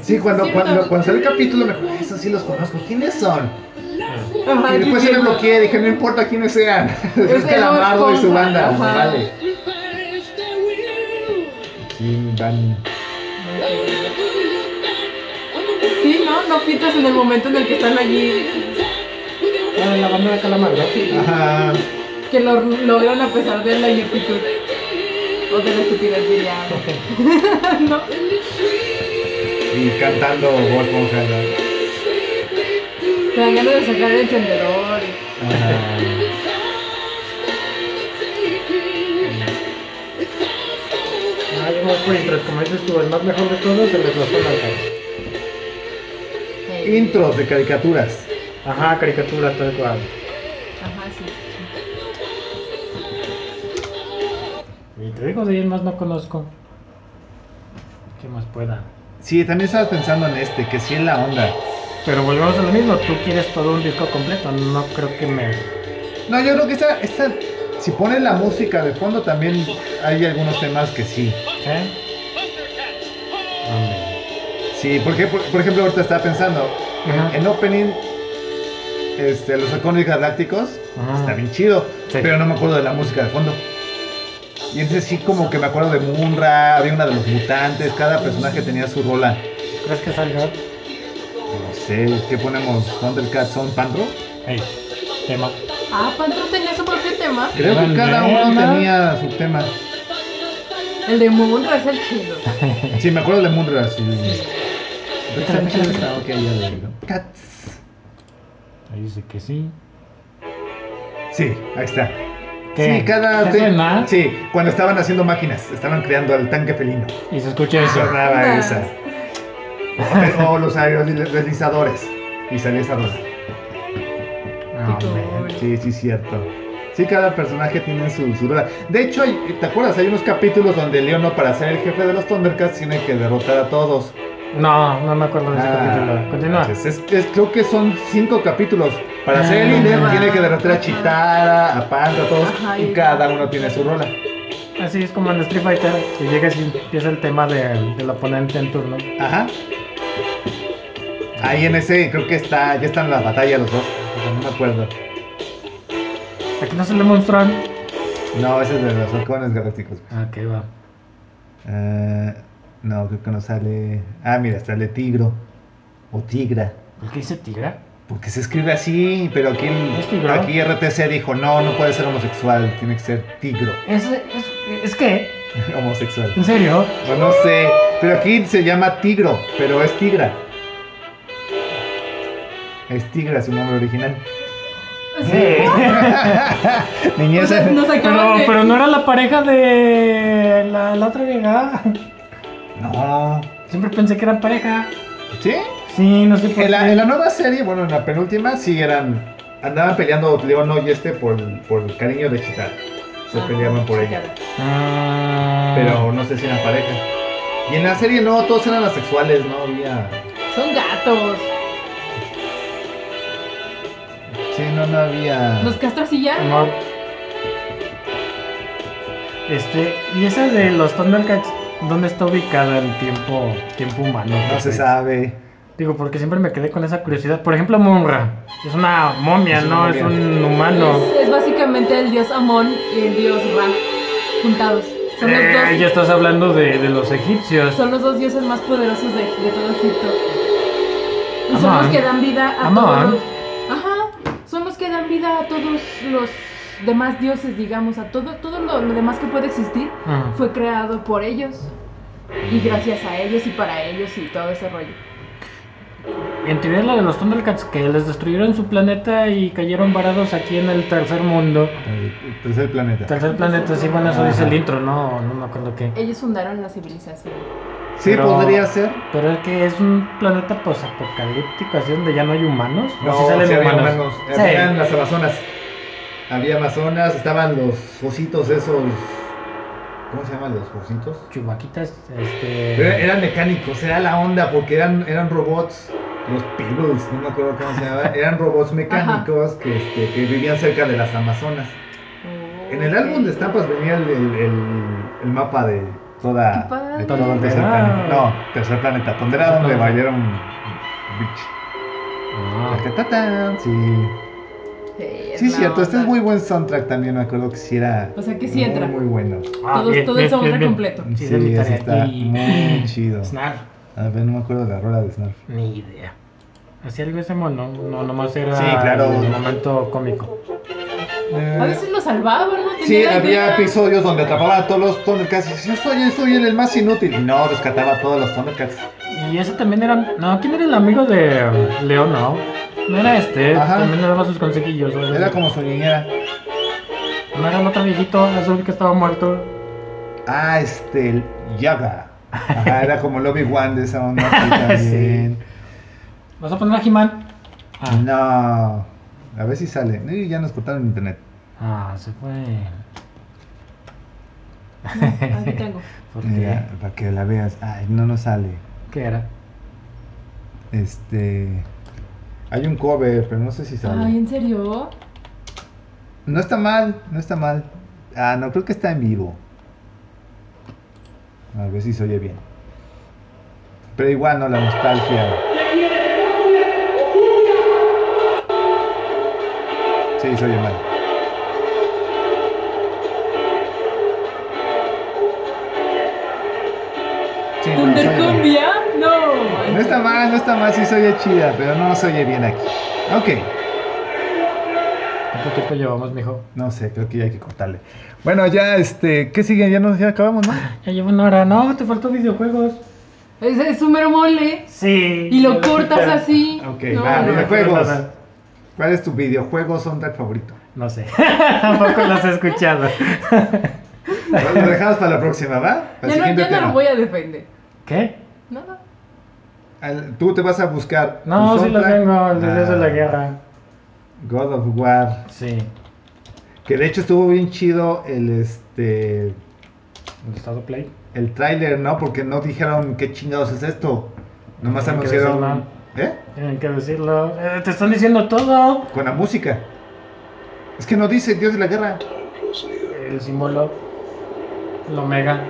Speaker 1: Sí, cuando,
Speaker 3: Cierto.
Speaker 1: cuando, cuando salió el capítulo me dijo, esos sí los conozco, ¿quiénes son?
Speaker 3: Ajá,
Speaker 1: Y después
Speaker 3: sí,
Speaker 1: se me
Speaker 3: sí.
Speaker 1: bloqueé, dije, no importa quiénes sean. [LAUGHS] Es
Speaker 3: Bob
Speaker 1: Calamardo y su
Speaker 3: Esponja,
Speaker 1: banda,
Speaker 3: ajá.
Speaker 1: vale. Sí, van.
Speaker 3: Sí, no, no pitas en el momento en el que están allí,
Speaker 2: Ah, la banda de Calamar, ¿no?
Speaker 1: Ajá.
Speaker 3: que lo logran a pesar de la ineptitud. O de la estupidez, diría. no.
Speaker 1: Y cantando Bob Esponja. ¿no?
Speaker 3: Te dan ganas de sacar el encendedor. y-
Speaker 1: Ajá.
Speaker 2: Ah, yo me voy por intros, como dices tú, el más mejor de todos, el de Corazón Alcalde.
Speaker 3: eh,
Speaker 1: Intros de caricaturas.
Speaker 2: Ajá, caricatura, tal cual.
Speaker 3: Ajá, sí.
Speaker 2: Y te digo, de ahí el más no conozco. ¿Qué más pueda?
Speaker 1: Sí, también estabas pensando en este, que sí es la onda.
Speaker 2: Pero volvemos a lo mismo, tú quieres todo un disco completo, no creo que me...
Speaker 1: No, yo creo que esta, esta, si pones la música de fondo también hay algunos temas que sí.
Speaker 2: ¿Eh? Hombre.
Speaker 1: Sí, porque por, por ejemplo ahorita estaba pensando,
Speaker 2: Ajá.
Speaker 1: en opening, este, los halcones galácticos,
Speaker 2: Ajá.
Speaker 1: está bien chido,
Speaker 2: Sí.
Speaker 1: pero no me acuerdo de la música de fondo. Y entonces sí como que me acuerdo de Munra, había una de los mutantes, cada personaje tenía su rola.
Speaker 2: ¿Crees que salga?
Speaker 1: No sé, ¿qué ponemos? ¿Thundercats son Pantro?
Speaker 2: Hey, tema.
Speaker 3: Ah, Pantro tenía su propio tema.
Speaker 1: Creo que
Speaker 2: Van
Speaker 1: cada uno
Speaker 2: Damme.
Speaker 1: tenía su tema.
Speaker 3: El de Munra es el chido.
Speaker 1: Sí, me acuerdo de Munra, sí. Está chido, está, ok, ya lo digo. Cats.
Speaker 2: Ahí dice que sí.
Speaker 1: Sí, ahí está.
Speaker 2: ¿Qué?
Speaker 1: Sí, cada.
Speaker 2: ¿Te suena?
Speaker 1: Sí, cuando estaban haciendo máquinas, estaban creando al tanque felino.
Speaker 2: Y se escucha eso.
Speaker 1: Sonaba
Speaker 3: Ah.
Speaker 1: esa. O, o los aerodeslizadores. Y salía esa rola.
Speaker 2: No, hombre.
Speaker 1: Sí, sí, cierto. Sí, cada personaje tiene su, su rola. De hecho, hay- ¿te acuerdas? Hay unos capítulos donde Leono, para ser el jefe de los Thundercats, tiene que derrotar a todos.
Speaker 2: No, no me acuerdo
Speaker 1: Ah,
Speaker 2: de ese capítulo. Continúa.
Speaker 1: manches, es- es- creo que son cinco capítulos. Para ser el
Speaker 2: Ah.
Speaker 1: líder, tiene que derrotar a Chitara, a Panda, a todos.
Speaker 3: Ajá,
Speaker 1: y
Speaker 3: y-
Speaker 1: cada uno tiene su rola.
Speaker 2: Así es como en Street Fighter, que llegas y empieza el tema de- del oponente en turno.
Speaker 1: Ajá. Ahí en ese creo que está, ya están en la batalla los dos. pero No me acuerdo.
Speaker 2: Aquí no sale Monstrón.
Speaker 1: No, ese es de los halcones galácticos.
Speaker 2: Ah, que va.
Speaker 1: Eh, no, creo que no sale. Ah, mira, sale Tigro. O Tigra.
Speaker 2: ¿Por qué dice Tigra?
Speaker 1: Porque se escribe así, pero aquí, el-
Speaker 2: ¿Es tigro?
Speaker 1: aquí RTC dijo, no, no puede ser homosexual, tiene que ser tigro [LAUGHS]
Speaker 2: Es, es, es que,
Speaker 1: homosexual.
Speaker 2: en serio,
Speaker 1: O no sé, pero aquí se llama tigro, pero es tigra. Es tigra su nombre original. [LAUGHS] Niñez.
Speaker 3: O sea, nos acaban
Speaker 2: Pero,
Speaker 3: de...
Speaker 2: pero no era la pareja de la, la otra vieja.
Speaker 1: No.
Speaker 2: [LAUGHS] Siempre pensé que eran pareja.
Speaker 1: ¿Sí?
Speaker 2: Sí, no sé por
Speaker 1: En la,
Speaker 2: qué.
Speaker 1: en la nueva serie, bueno, en la penúltima, sí eran. Andaban peleando León y este por, por el cariño de Chitara. Se
Speaker 3: Ah,
Speaker 1: peleaban por ella.
Speaker 3: chica.
Speaker 2: Ah.
Speaker 1: Pero no sé si eran pareja. Y en la serie no, todos eran asexuales, no había.
Speaker 3: Son gatos.
Speaker 1: Sí, no, no había.
Speaker 3: Los castros y ya.
Speaker 2: No. Este, y esa de los Thundercats, ¿dónde está ubicada el tiempo, tiempo humano? Pues,
Speaker 1: No se sabe.
Speaker 2: Digo, porque siempre me quedé con esa curiosidad. Por ejemplo, Mumra. Es una momia,
Speaker 1: Es una
Speaker 2: ¿no?
Speaker 1: momia.
Speaker 2: Es un
Speaker 1: ah,
Speaker 2: humano.
Speaker 3: Es, es básicamente el dios Amón y el dios Ra juntados. Son los,
Speaker 2: Eh,
Speaker 3: dos,
Speaker 2: ya estás hablando de, de los egipcios.
Speaker 3: son los dos dioses más poderosos de, de todo Egipto. Y son
Speaker 2: Amón.
Speaker 3: los que dan vida a
Speaker 2: Amón.
Speaker 3: todos. los- Ajá. Son los que dan vida a todos los demás dioses, digamos, a todo, todo lo, lo demás que puede existir
Speaker 2: Ah.
Speaker 3: fue creado por ellos. Y gracias a ellos y para ellos y todo ese rollo.
Speaker 2: En teoría la de los Thundercats que les destruyeron su planeta y cayeron varados aquí en el tercer mundo.
Speaker 1: El tercer planeta.
Speaker 2: Tercer planeta, sí, bueno, eso dice el intro, ¿no? No me acuerdo qué.
Speaker 3: Ellos fundaron la civilización.
Speaker 1: Sí,
Speaker 2: Pero-
Speaker 1: podría ser.
Speaker 2: Pero es que es un planeta posapocalíptico, así donde ya no hay humanos. ¿O si salen
Speaker 1: sí había
Speaker 2: humanos?
Speaker 1: humanos.
Speaker 2: Sí.
Speaker 1: Habían las Amazonas. Había Amazonas, estaban los ositos esos. ¿Cómo se llaman los ositos?
Speaker 2: Chubaquitas,
Speaker 1: Era-
Speaker 2: este.
Speaker 1: eran mecánicos, era la onda, porque eran, eran robots, los Peebles, no me acuerdo cómo se
Speaker 2: [LAUGHS]
Speaker 1: llamaba, eran robots mecánicos que, este, que vivían cerca de las Amazonas. En el álbum de estampas venía el, el- el- el mapa de toda
Speaker 3: Qué padre.
Speaker 1: de todo el tercer
Speaker 2: Ponderado.
Speaker 1: planeta. No, tercer planeta, donde era
Speaker 2: Ah. Tercer
Speaker 1: donde
Speaker 2: planeta.
Speaker 1: bailaron Beach.
Speaker 2: Ah,
Speaker 1: Tacatatán, Sí, sí es cierto, este es muy buen soundtrack también, me acuerdo que sí era
Speaker 3: O sea, que sí
Speaker 1: muy,
Speaker 3: entra.
Speaker 1: muy bueno.
Speaker 2: ah,
Speaker 3: todo
Speaker 2: bien,
Speaker 3: todo
Speaker 2: bien,
Speaker 3: el soundtrack
Speaker 2: bien, bien.
Speaker 3: completo.
Speaker 2: Sí, de mi
Speaker 1: ese
Speaker 2: tarea.
Speaker 1: está
Speaker 2: Y-
Speaker 1: muy chido.
Speaker 2: Snarf,
Speaker 1: A ver, no me acuerdo de la rola de Snarf.
Speaker 2: ni idea. Hacía algo ese mono, no, nomás era
Speaker 1: Sí, claro.
Speaker 2: el momento cómico.
Speaker 1: Eh,
Speaker 3: A veces lo salvaban, ¿no?
Speaker 1: Sí,
Speaker 3: Tenía
Speaker 1: había
Speaker 3: ayuda.
Speaker 1: episodios donde atrapaba a todos los Thundercats y decía, yo soy, soy el, el más inútil. Y no, rescataba a todos los Thundercats.
Speaker 2: Y ese también era. No, ¿quién era el amigo de León? No, no era este,
Speaker 1: Ajá.
Speaker 2: también daba sus consejillos. ¿no?
Speaker 1: Era como su niñera.
Speaker 2: No era el otro viejito azul que estaba muerto.
Speaker 1: Ah, este, el Yaga. Ajá, era como Lobby One de esa onda
Speaker 2: [LAUGHS]
Speaker 1: así también.
Speaker 2: ¿Vas a poner a He-Man? Ah.
Speaker 1: No. A ver si sale. Y ya nos cortaron internet.
Speaker 2: Ah, se fue.
Speaker 3: No, [LAUGHS] aquí tengo.
Speaker 2: ¿Por
Speaker 1: Mira,
Speaker 2: qué?
Speaker 1: para que la veas. Ay, no nos sale.
Speaker 2: ¿Qué era?
Speaker 1: Este. Hay un cover, pero no sé si sale.
Speaker 3: Ay, ¿en serio?
Speaker 1: No está mal, no está mal. Ah, no, creo que está en vivo. A ver si se oye bien. Pero igual no, la nostalgia. Sí, se oye mal. Sí, no, se oye bien.
Speaker 3: ¿Thundercumbia? No.
Speaker 1: No está mal, no está mal, sí se oye chida, pero no se oye bien aquí. Ok.
Speaker 2: ¿Cuánto tiempo llevamos, mijo?
Speaker 1: No sé, creo que ya hay que cortarle. Bueno, ya, este, ¿qué sigue? Ya nos ya acabamos, ¿no?
Speaker 2: Ya llevo una hora. No, te faltó videojuegos.
Speaker 3: Es, es un mero mole.
Speaker 2: Sí.
Speaker 3: Y lo cortas así.
Speaker 1: Ok,
Speaker 3: No,
Speaker 1: va,
Speaker 3: no, no.
Speaker 1: videojuegos.
Speaker 2: no, no.
Speaker 1: ¿Cuál es tu videojuego soundtrack favorito?
Speaker 2: No sé. [LAUGHS] Tampoco los he escuchado.
Speaker 1: Lo lo dejamos para la próxima, ¿va? Para el
Speaker 3: Ya no,
Speaker 1: siguiente
Speaker 3: ya no
Speaker 1: tema.
Speaker 3: lo voy a defender.
Speaker 2: ¿Qué?
Speaker 3: No, no.
Speaker 1: Al- Tú te vas a buscar.
Speaker 2: No,
Speaker 1: tu
Speaker 2: sí lo
Speaker 1: soundtrack.
Speaker 2: tengo. El de Dios de la
Speaker 1: Ah,
Speaker 2: Guerra.
Speaker 1: God of War.
Speaker 2: Sí.
Speaker 1: Que de hecho estuvo bien chido el este.
Speaker 2: ¿El estado Play?
Speaker 1: El tráiler, ¿no? Porque no dijeron qué chingados es esto. Nomás
Speaker 2: Tienen que
Speaker 1: anunciaron.
Speaker 2: decirlo.
Speaker 1: ¿Eh?
Speaker 2: Tienen que decirlo. Eh, te están diciendo todo.
Speaker 1: Con la música. Es que no dice Dios de la Guerra.
Speaker 2: El símbolo. El Omega.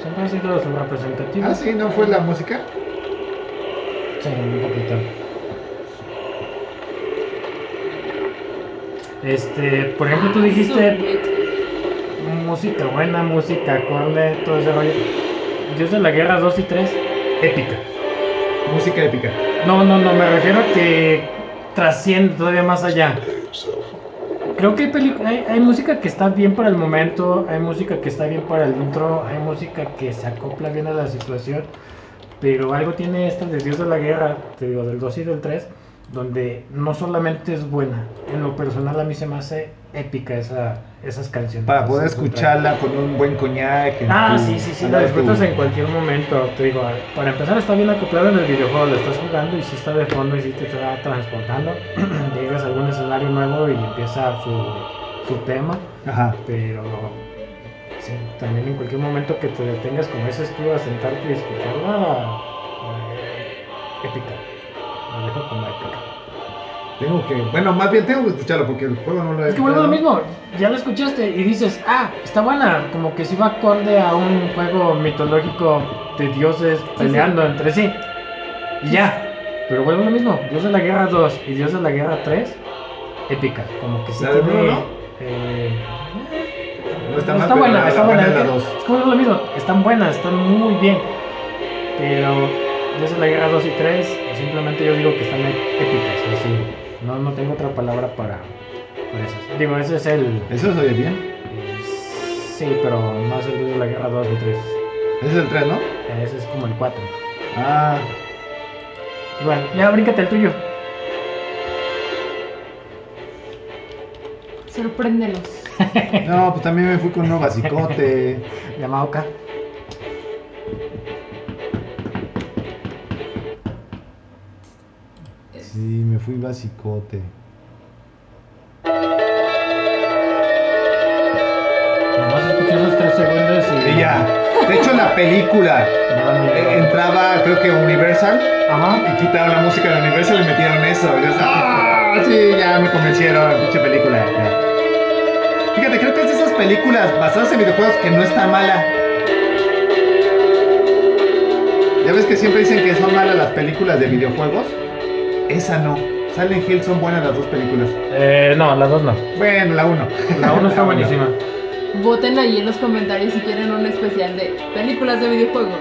Speaker 2: Siempre han sido los representativos.
Speaker 1: Ah, sí, no fue la música.
Speaker 2: Sí, un poquito. Este, por ejemplo, tú dijiste música buena, música acorde, todo ese rollo. Dios de la Guerra 2 y 3, épica.
Speaker 1: Música épica.
Speaker 2: No, no, no, me refiero a que trasciende todavía más allá. Creo que hay, pelic- hay, hay música que está bien para el momento, hay música que está bien para el intro, hay música que se acopla bien a la situación, pero algo tiene esta de Dios de la Guerra, te digo, del 2 y del 3, donde no solamente es buena, en lo personal a mí se me hace épica esa, esas canciones.
Speaker 1: Para poder
Speaker 2: Esas
Speaker 1: escucharla con un buen coñac. en
Speaker 2: Ah,
Speaker 1: tu-
Speaker 2: sí, sí, sí,
Speaker 1: en
Speaker 2: la
Speaker 1: tu-
Speaker 2: disfrutas en cualquier momento. Te digo, para empezar está bien acoplado en el videojuego, lo estás jugando y si está de fondo y si te está transportando, [CLEARS THROAT] llegas a algún escenario nuevo y empieza su, su tema,
Speaker 1: Ajá.
Speaker 2: pero sí, también en cualquier momento que te detengas, como dices tú, a sentarte y escucharla, eh, épica. La dejo como épica.
Speaker 1: Tengo que. Bueno, más bien tengo que escucharlo porque el juego no lo he
Speaker 2: Es que vuelvo a lo
Speaker 1: jugado.
Speaker 2: mismo, ya lo escuchaste y dices, ah, está buena, como que si va acorde a un juego mitológico de dioses peleando entre sí. Y ya, pero vuelvo a lo mismo, Dios de la Guerra 2 y Dios de la Guerra 3, épica, como que sí
Speaker 1: ¿La de
Speaker 2: tiene,
Speaker 1: Bruno?
Speaker 2: eh,
Speaker 1: No está,
Speaker 2: no,
Speaker 1: mal,
Speaker 2: está
Speaker 1: pero
Speaker 2: buena,
Speaker 1: la-
Speaker 2: está
Speaker 1: la
Speaker 2: buena. ¿eh?
Speaker 1: buena es la
Speaker 2: es que-
Speaker 1: dos.
Speaker 2: es como lo mismo, están buenas, están muy bien. Pero Dios de la Guerra 2 y 3, simplemente yo digo que están e- épicas, es decir, no, no tengo otra palabra para, para esas. Digo, ese es el.
Speaker 1: Eso se oye bien.
Speaker 2: Sí, pero no es el Dios de la Guerra 2 y 3.
Speaker 1: Ese es el 3, ¿no?
Speaker 2: Ese es como el 4.
Speaker 1: Ah.
Speaker 2: Y bueno, ya bríncate el tuyo.
Speaker 3: Sorpréndelos.
Speaker 1: No, pues también me fui con uno basicote.
Speaker 2: Llamado K.
Speaker 1: Sí, me fui basicote.
Speaker 2: Nomás escuché esos 3 segundos y.
Speaker 1: Y ya. De hecho, en la película
Speaker 2: No, ni-
Speaker 1: eh, entraba, creo que Universal.
Speaker 2: Ajá.
Speaker 1: Y quitaron la música de Universal y le metieron eso. Y yo, ah, sí, ya me convencieron. Pinche película. ya. Fíjate, creo que es de esas películas basadas en videojuegos que no está mala. Ya ves que siempre dicen que son malas las películas de videojuegos. Esa no. Silent Hill son buenas las dos películas.
Speaker 2: Eh, no, las dos no. Ah,
Speaker 1: Bueno, la uno.
Speaker 2: La uno [LAUGHS] está buenísima.
Speaker 3: Voten ahí en los comentarios si quieren un especial de películas de videojuegos.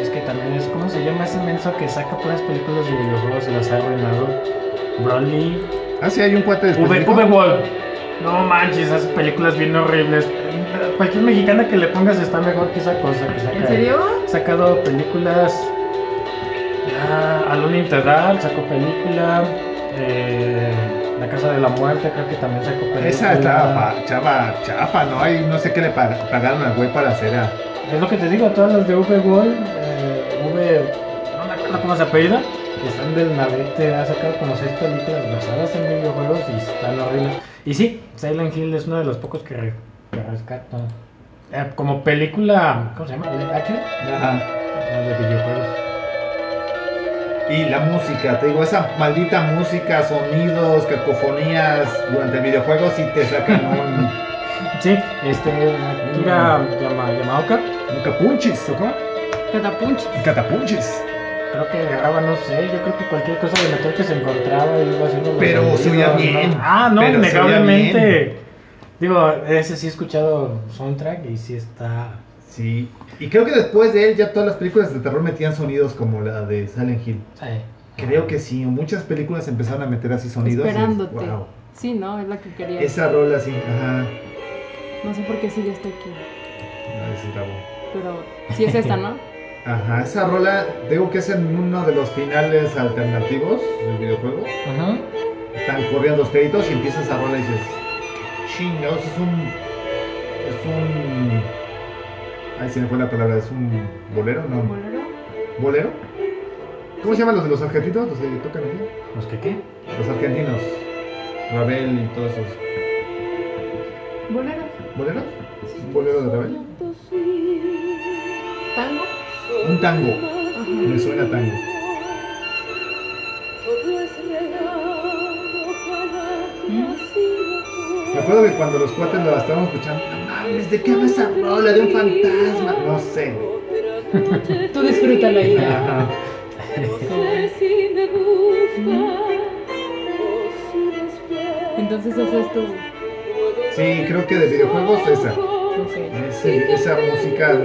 Speaker 2: Es que también es como se llama ese menso que saca puras películas de videojuegos y las ha arruinado. Broly.
Speaker 1: Ah, sí, hay un cuate de
Speaker 2: V, V Wall. No manches, esas películas bien horribles. Cualquier mexicana que le pongas está mejor que esa cosa que saca.
Speaker 3: ¿En serio?
Speaker 2: Ha sacado películas. Ah, Alone in the Dark sacó película. eh, La Casa de la Muerte creo que también sacó película.
Speaker 1: Esa estaba pa- chava, chapa, ¿no? Ahí no sé qué le pag- pagaron al güey para hacer a...
Speaker 2: Es lo que te digo, todas las de V Wall, eh, V, no me acuerdo cómo se apellida, están del navete, ha sacado como seis películas basadas en videojuegos y están horribles. Y sí, Silent Hill es uno de los pocos que, re- que rescato. Eh, como película, ¿cómo se llama? ¿Live action?
Speaker 1: Ajá.
Speaker 2: No, de videojuegos.
Speaker 1: Y la música, te digo, esa maldita música, sonidos, cacofonías durante el videojuego sí te sacan un,
Speaker 2: Sí, este, Akira Yama- Yamaoka,
Speaker 1: un capunchis, ¿o cómo?
Speaker 3: Catapunch.
Speaker 1: Un catapunchis.
Speaker 2: creo que agarraba, no sé, yo creo que cualquier cosa de metal que se encontraba iba haciendo los
Speaker 1: Pero
Speaker 2: sonidos,
Speaker 1: se oía
Speaker 2: ¿no?
Speaker 1: bien,
Speaker 2: Ah, no,
Speaker 1: pero se oía
Speaker 2: innegablemente.
Speaker 1: bien.
Speaker 2: Digo, ese sí he escuchado soundtrack y sí está.
Speaker 1: Sí. Y creo que después de él ya todas las películas de terror metían sonidos como la de Silent Hill.
Speaker 2: eh,
Speaker 1: Creo que sí, muchas películas empezaron a meter así sonidos. y es-
Speaker 3: Esperándote.
Speaker 1: wow.
Speaker 3: Sí, no, es la que quería.
Speaker 1: Esa rola así, ajá.
Speaker 3: No sé por qué sigue hasta aquí,
Speaker 1: No, esa está buena.
Speaker 3: pero sí es
Speaker 1: [LAUGHS]
Speaker 3: esta, ¿no?
Speaker 1: Ajá, esa rola, digo que es en uno de los finales alternativos del videojuego.
Speaker 2: Ajá.
Speaker 1: Están corriendo los créditos y empiezas a rola y dices, chingados, es un. Es un. Ay, se me fue la palabra, es un bolero, no.
Speaker 3: ¿Bolero?
Speaker 1: ¿Bolero? ¿Cómo se llaman los de los argentinos? Los que tocan aquí.
Speaker 2: ¿Los que qué?
Speaker 1: Los argentinos. Rabel y todos esos.
Speaker 3: ¿Bolero?
Speaker 1: ¿Boleros? ¿Un bolero de Rabel?
Speaker 3: ¿Tango?
Speaker 1: Un tango.
Speaker 3: Ajá.
Speaker 1: Me suena tango. Me acuerdo que cuando los cuates la estaban escuchando, no mames, ¿de qué va esa rola? De un fantasma. No sé, Ah, güey.
Speaker 3: Tú disfrútalo ahí.
Speaker 2: Ajá.
Speaker 3: Entonces eso es tu...
Speaker 1: Sí, creo que de videojuegos esa.
Speaker 3: No sé.
Speaker 1: Ese- esa música.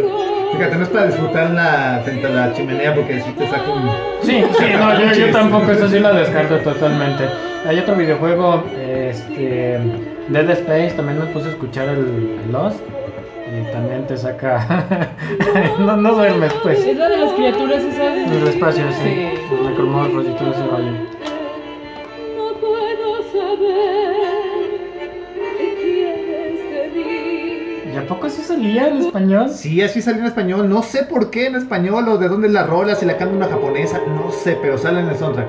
Speaker 1: Fíjate, no es para disfrutar la, frente a la chimenea porque si te saca un.
Speaker 2: [LAUGHS] Sí, sí, no, yo, yo tampoco, esa sí la descarto totalmente. Hay otro videojuego, este. Dead Space, también me puse a escuchar el, el Lost y también te saca. [LAUGHS] no, no duermes, pues.
Speaker 3: Es la de las criaturas esas.
Speaker 2: El espacio, sí.
Speaker 3: Sí.
Speaker 2: Los necromorfos y todo ese rollo. poco sí salía en español?
Speaker 1: Sí, así salió en español. No sé por qué en español o de dónde es la rola, si la canta una japonesa. No sé, pero sale en el soundtrack.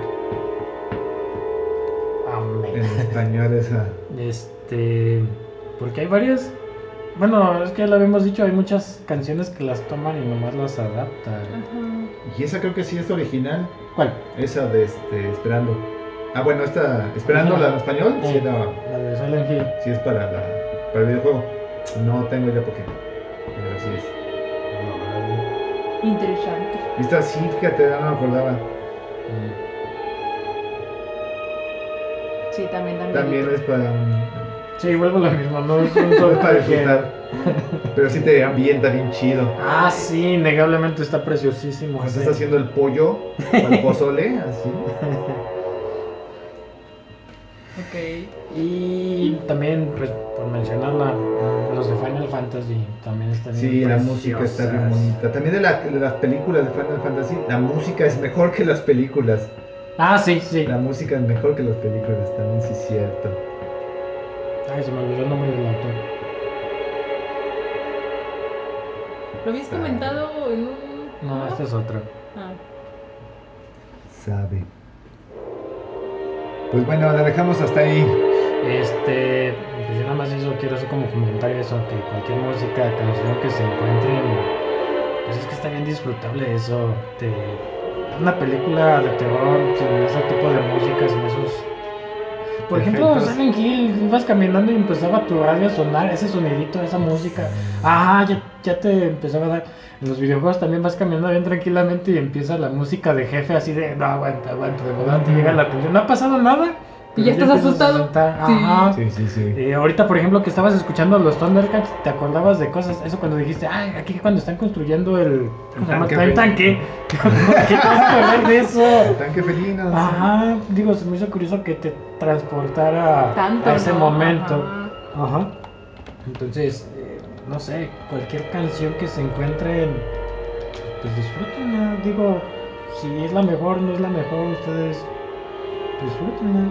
Speaker 1: En
Speaker 2: Amén.
Speaker 1: español esa.
Speaker 2: Este. Porque hay varias. Bueno, es que ya lo habíamos dicho, hay muchas canciones que las toman y nomás las adaptan.
Speaker 3: Ajá.
Speaker 1: Y esa creo que sí es original.
Speaker 2: ¿Cuál?
Speaker 1: Esa de este, Esperando. Ah, bueno, esta Esperando la en español. Sí,
Speaker 2: Sí.
Speaker 1: era-
Speaker 2: La de Silent Hill.
Speaker 1: sí es para, la, para el videojuego. No tengo idea por qué. Pero sí es.
Speaker 3: Interesante.
Speaker 1: Esta sí, fíjate, ya no me acordaba.
Speaker 2: Mm.
Speaker 3: Sí, también, también.
Speaker 1: También es para,
Speaker 2: Sí, vuelvo a lo mismo, no
Speaker 1: [LAUGHS]
Speaker 2: es un
Speaker 1: es para
Speaker 2: soundtrack que-
Speaker 1: disfrutar. Pero sí te ambienta bien chido.
Speaker 2: Ah, sí, innegablemente está preciosísimo.
Speaker 1: Cuando
Speaker 2: sí.
Speaker 1: estás haciendo el pollo o el pozole, así.
Speaker 3: Ok.
Speaker 2: Y también, pues, por mencionar la, los de Final Fantasy, también están
Speaker 1: Sí,
Speaker 2: bien
Speaker 1: la música está bien
Speaker 2: preciosas.
Speaker 1: bonita. También de, la- de las películas de Final Fantasy, la música es mejor que las películas.
Speaker 2: Ah, sí, sí.
Speaker 1: La música es mejor que las películas, también sí es cierto.
Speaker 2: Ay, se me olvidó el nombre del autor.
Speaker 3: ¿Lo habías comentado en un.?
Speaker 2: No, este es otro.
Speaker 3: Ah,
Speaker 1: Sabe. Pues bueno, la dejamos hasta ahí.
Speaker 2: Este, pues yo nada más eso quiero hacer como comentario eso, que cualquier música, canción que se encuentre, pues es que está bien disfrutable eso. Te, una película de terror sin ese tipo de música, sin esos... Por ejemplo,
Speaker 1: Efectos.
Speaker 2: Silent Hill, ibas caminando y empezaba tu radio a sonar, ese sonidito, esa música. Ah, ya, ya te empezaba a dar. En los videojuegos también vas caminando bien tranquilamente y empieza la música de jefe así de no aguanta, aguanta, de verdad te llega la atención. No ha pasado nada.
Speaker 3: Y
Speaker 2: pero
Speaker 3: ya estás
Speaker 2: empiezas a
Speaker 3: asustado.
Speaker 2: sentar.
Speaker 3: Sí.
Speaker 2: Ajá.
Speaker 1: Sí, sí, sí.
Speaker 2: Eh, ahorita, por ejemplo, que estabas escuchando los Thundercats, te acordabas de cosas. Eso cuando dijiste, ah, aquí cuando están construyendo el. ¿Cómo se llama?
Speaker 1: Tanque, [LAUGHS]
Speaker 2: El tanque. ¿Qué te vas a acordar de eso?
Speaker 1: El tanque felino.
Speaker 2: Ajá. Digo, se me hizo curioso que te transportara
Speaker 3: tanto.
Speaker 2: a ese
Speaker 3: ¿no?
Speaker 2: momento.
Speaker 3: Ajá.
Speaker 2: Ajá. Entonces, eh, no sé, cualquier canción que se encuentren, pues disfrútenla. Digo, si es la mejor, no es la mejor, ustedes disfrútenla.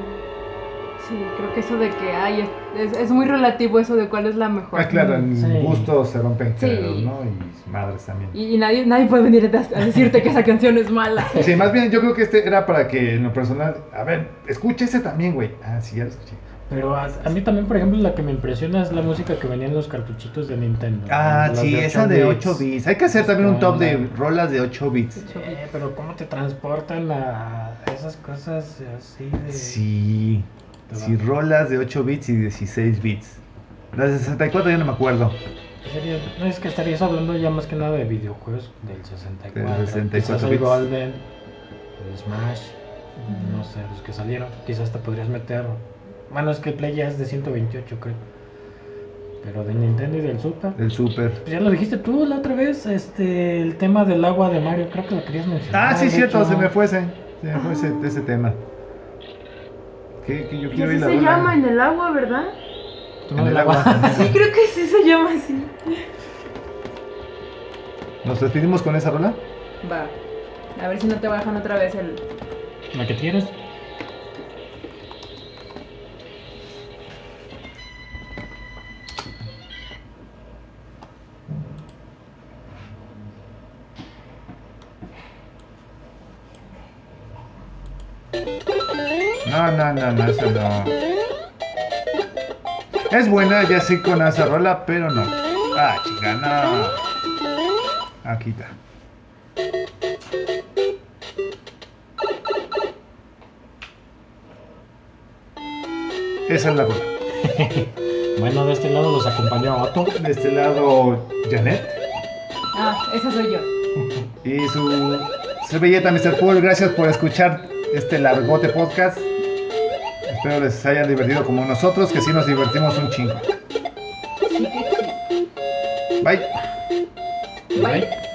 Speaker 3: Sí, creo que eso de que ay, es, es- es muy relativo eso de cuál es la mejor.
Speaker 1: Ah, claro, en
Speaker 2: Sí.
Speaker 1: gusto se rompen
Speaker 3: Sí.
Speaker 1: géneros, ¿no? Y madres también.
Speaker 3: Y, y nadie, nadie puede venir a, a decirte que esa canción es mala.
Speaker 1: [LAUGHS] Sí, más bien yo creo que este era para que en lo personal. A ver, escucha ese también, güey. Ah, sí, ya lo escuché.
Speaker 2: Pero a, a mí también, por ejemplo, la que me impresiona es la música que venía en los cartuchitos de Nintendo.
Speaker 1: Ah,
Speaker 2: Las
Speaker 1: sí, esa de 8 bits. Hay que hacer también un top de
Speaker 2: Onda.
Speaker 1: rolas de 8 bits.
Speaker 2: Eh, pero cómo te transportan a esas cosas así de...
Speaker 1: Sí,
Speaker 2: Te
Speaker 1: sí,
Speaker 2: va.
Speaker 1: rolas de 8 bits y 16 bits. Las de 64 ya no me acuerdo.
Speaker 2: Sería- No es que estarías hablando ya más que nada de videojuegos del 64.
Speaker 1: Del 64
Speaker 2: quizás el
Speaker 1: bits.
Speaker 2: Golden, el Smash, no sé, los que salieron. Quizás te podrías meter. Bueno, es que el Play ya es de 128, creo. Pero del Nintendo y del Super.
Speaker 1: El Super.
Speaker 2: Pues ya lo dijiste tú la otra vez, este, el tema del agua de Mario, creo que lo querías mencionar.
Speaker 1: Ah, sí,
Speaker 2: de
Speaker 1: cierto,
Speaker 2: hecho.
Speaker 1: se me fuese. Se me fuese ese tema. Que, que yo
Speaker 3: Y
Speaker 1: quiero
Speaker 3: así
Speaker 1: ir la
Speaker 3: se
Speaker 1: rola.
Speaker 3: llama en el agua, ¿verdad?
Speaker 2: Tema
Speaker 1: En
Speaker 2: del
Speaker 1: el
Speaker 2: agua.
Speaker 1: agua.
Speaker 3: Sí, creo que sí se llama así.
Speaker 1: [LAUGHS] ¿Nos despedimos con esa rola?
Speaker 3: Va. A ver si no te bajan otra vez el.
Speaker 2: La que tienes.
Speaker 1: No, no, no, no, esa no. Es buena, ya sé con esa rola, pero no. Ah, chingana. Aquí está. Esa es la rola.
Speaker 2: Bueno, de este lado los acompañó Otto.
Speaker 1: De este lado, Janet.
Speaker 3: Ah, esa soy yo.
Speaker 1: Y su servilleta, Mr. Paul. Gracias por escuchar este largote podcast. Espero les hayan divertido como nosotros, que sí nos divertimos un chingo.
Speaker 3: Sí que sí.
Speaker 1: Bye.
Speaker 3: Bye.
Speaker 2: Bye.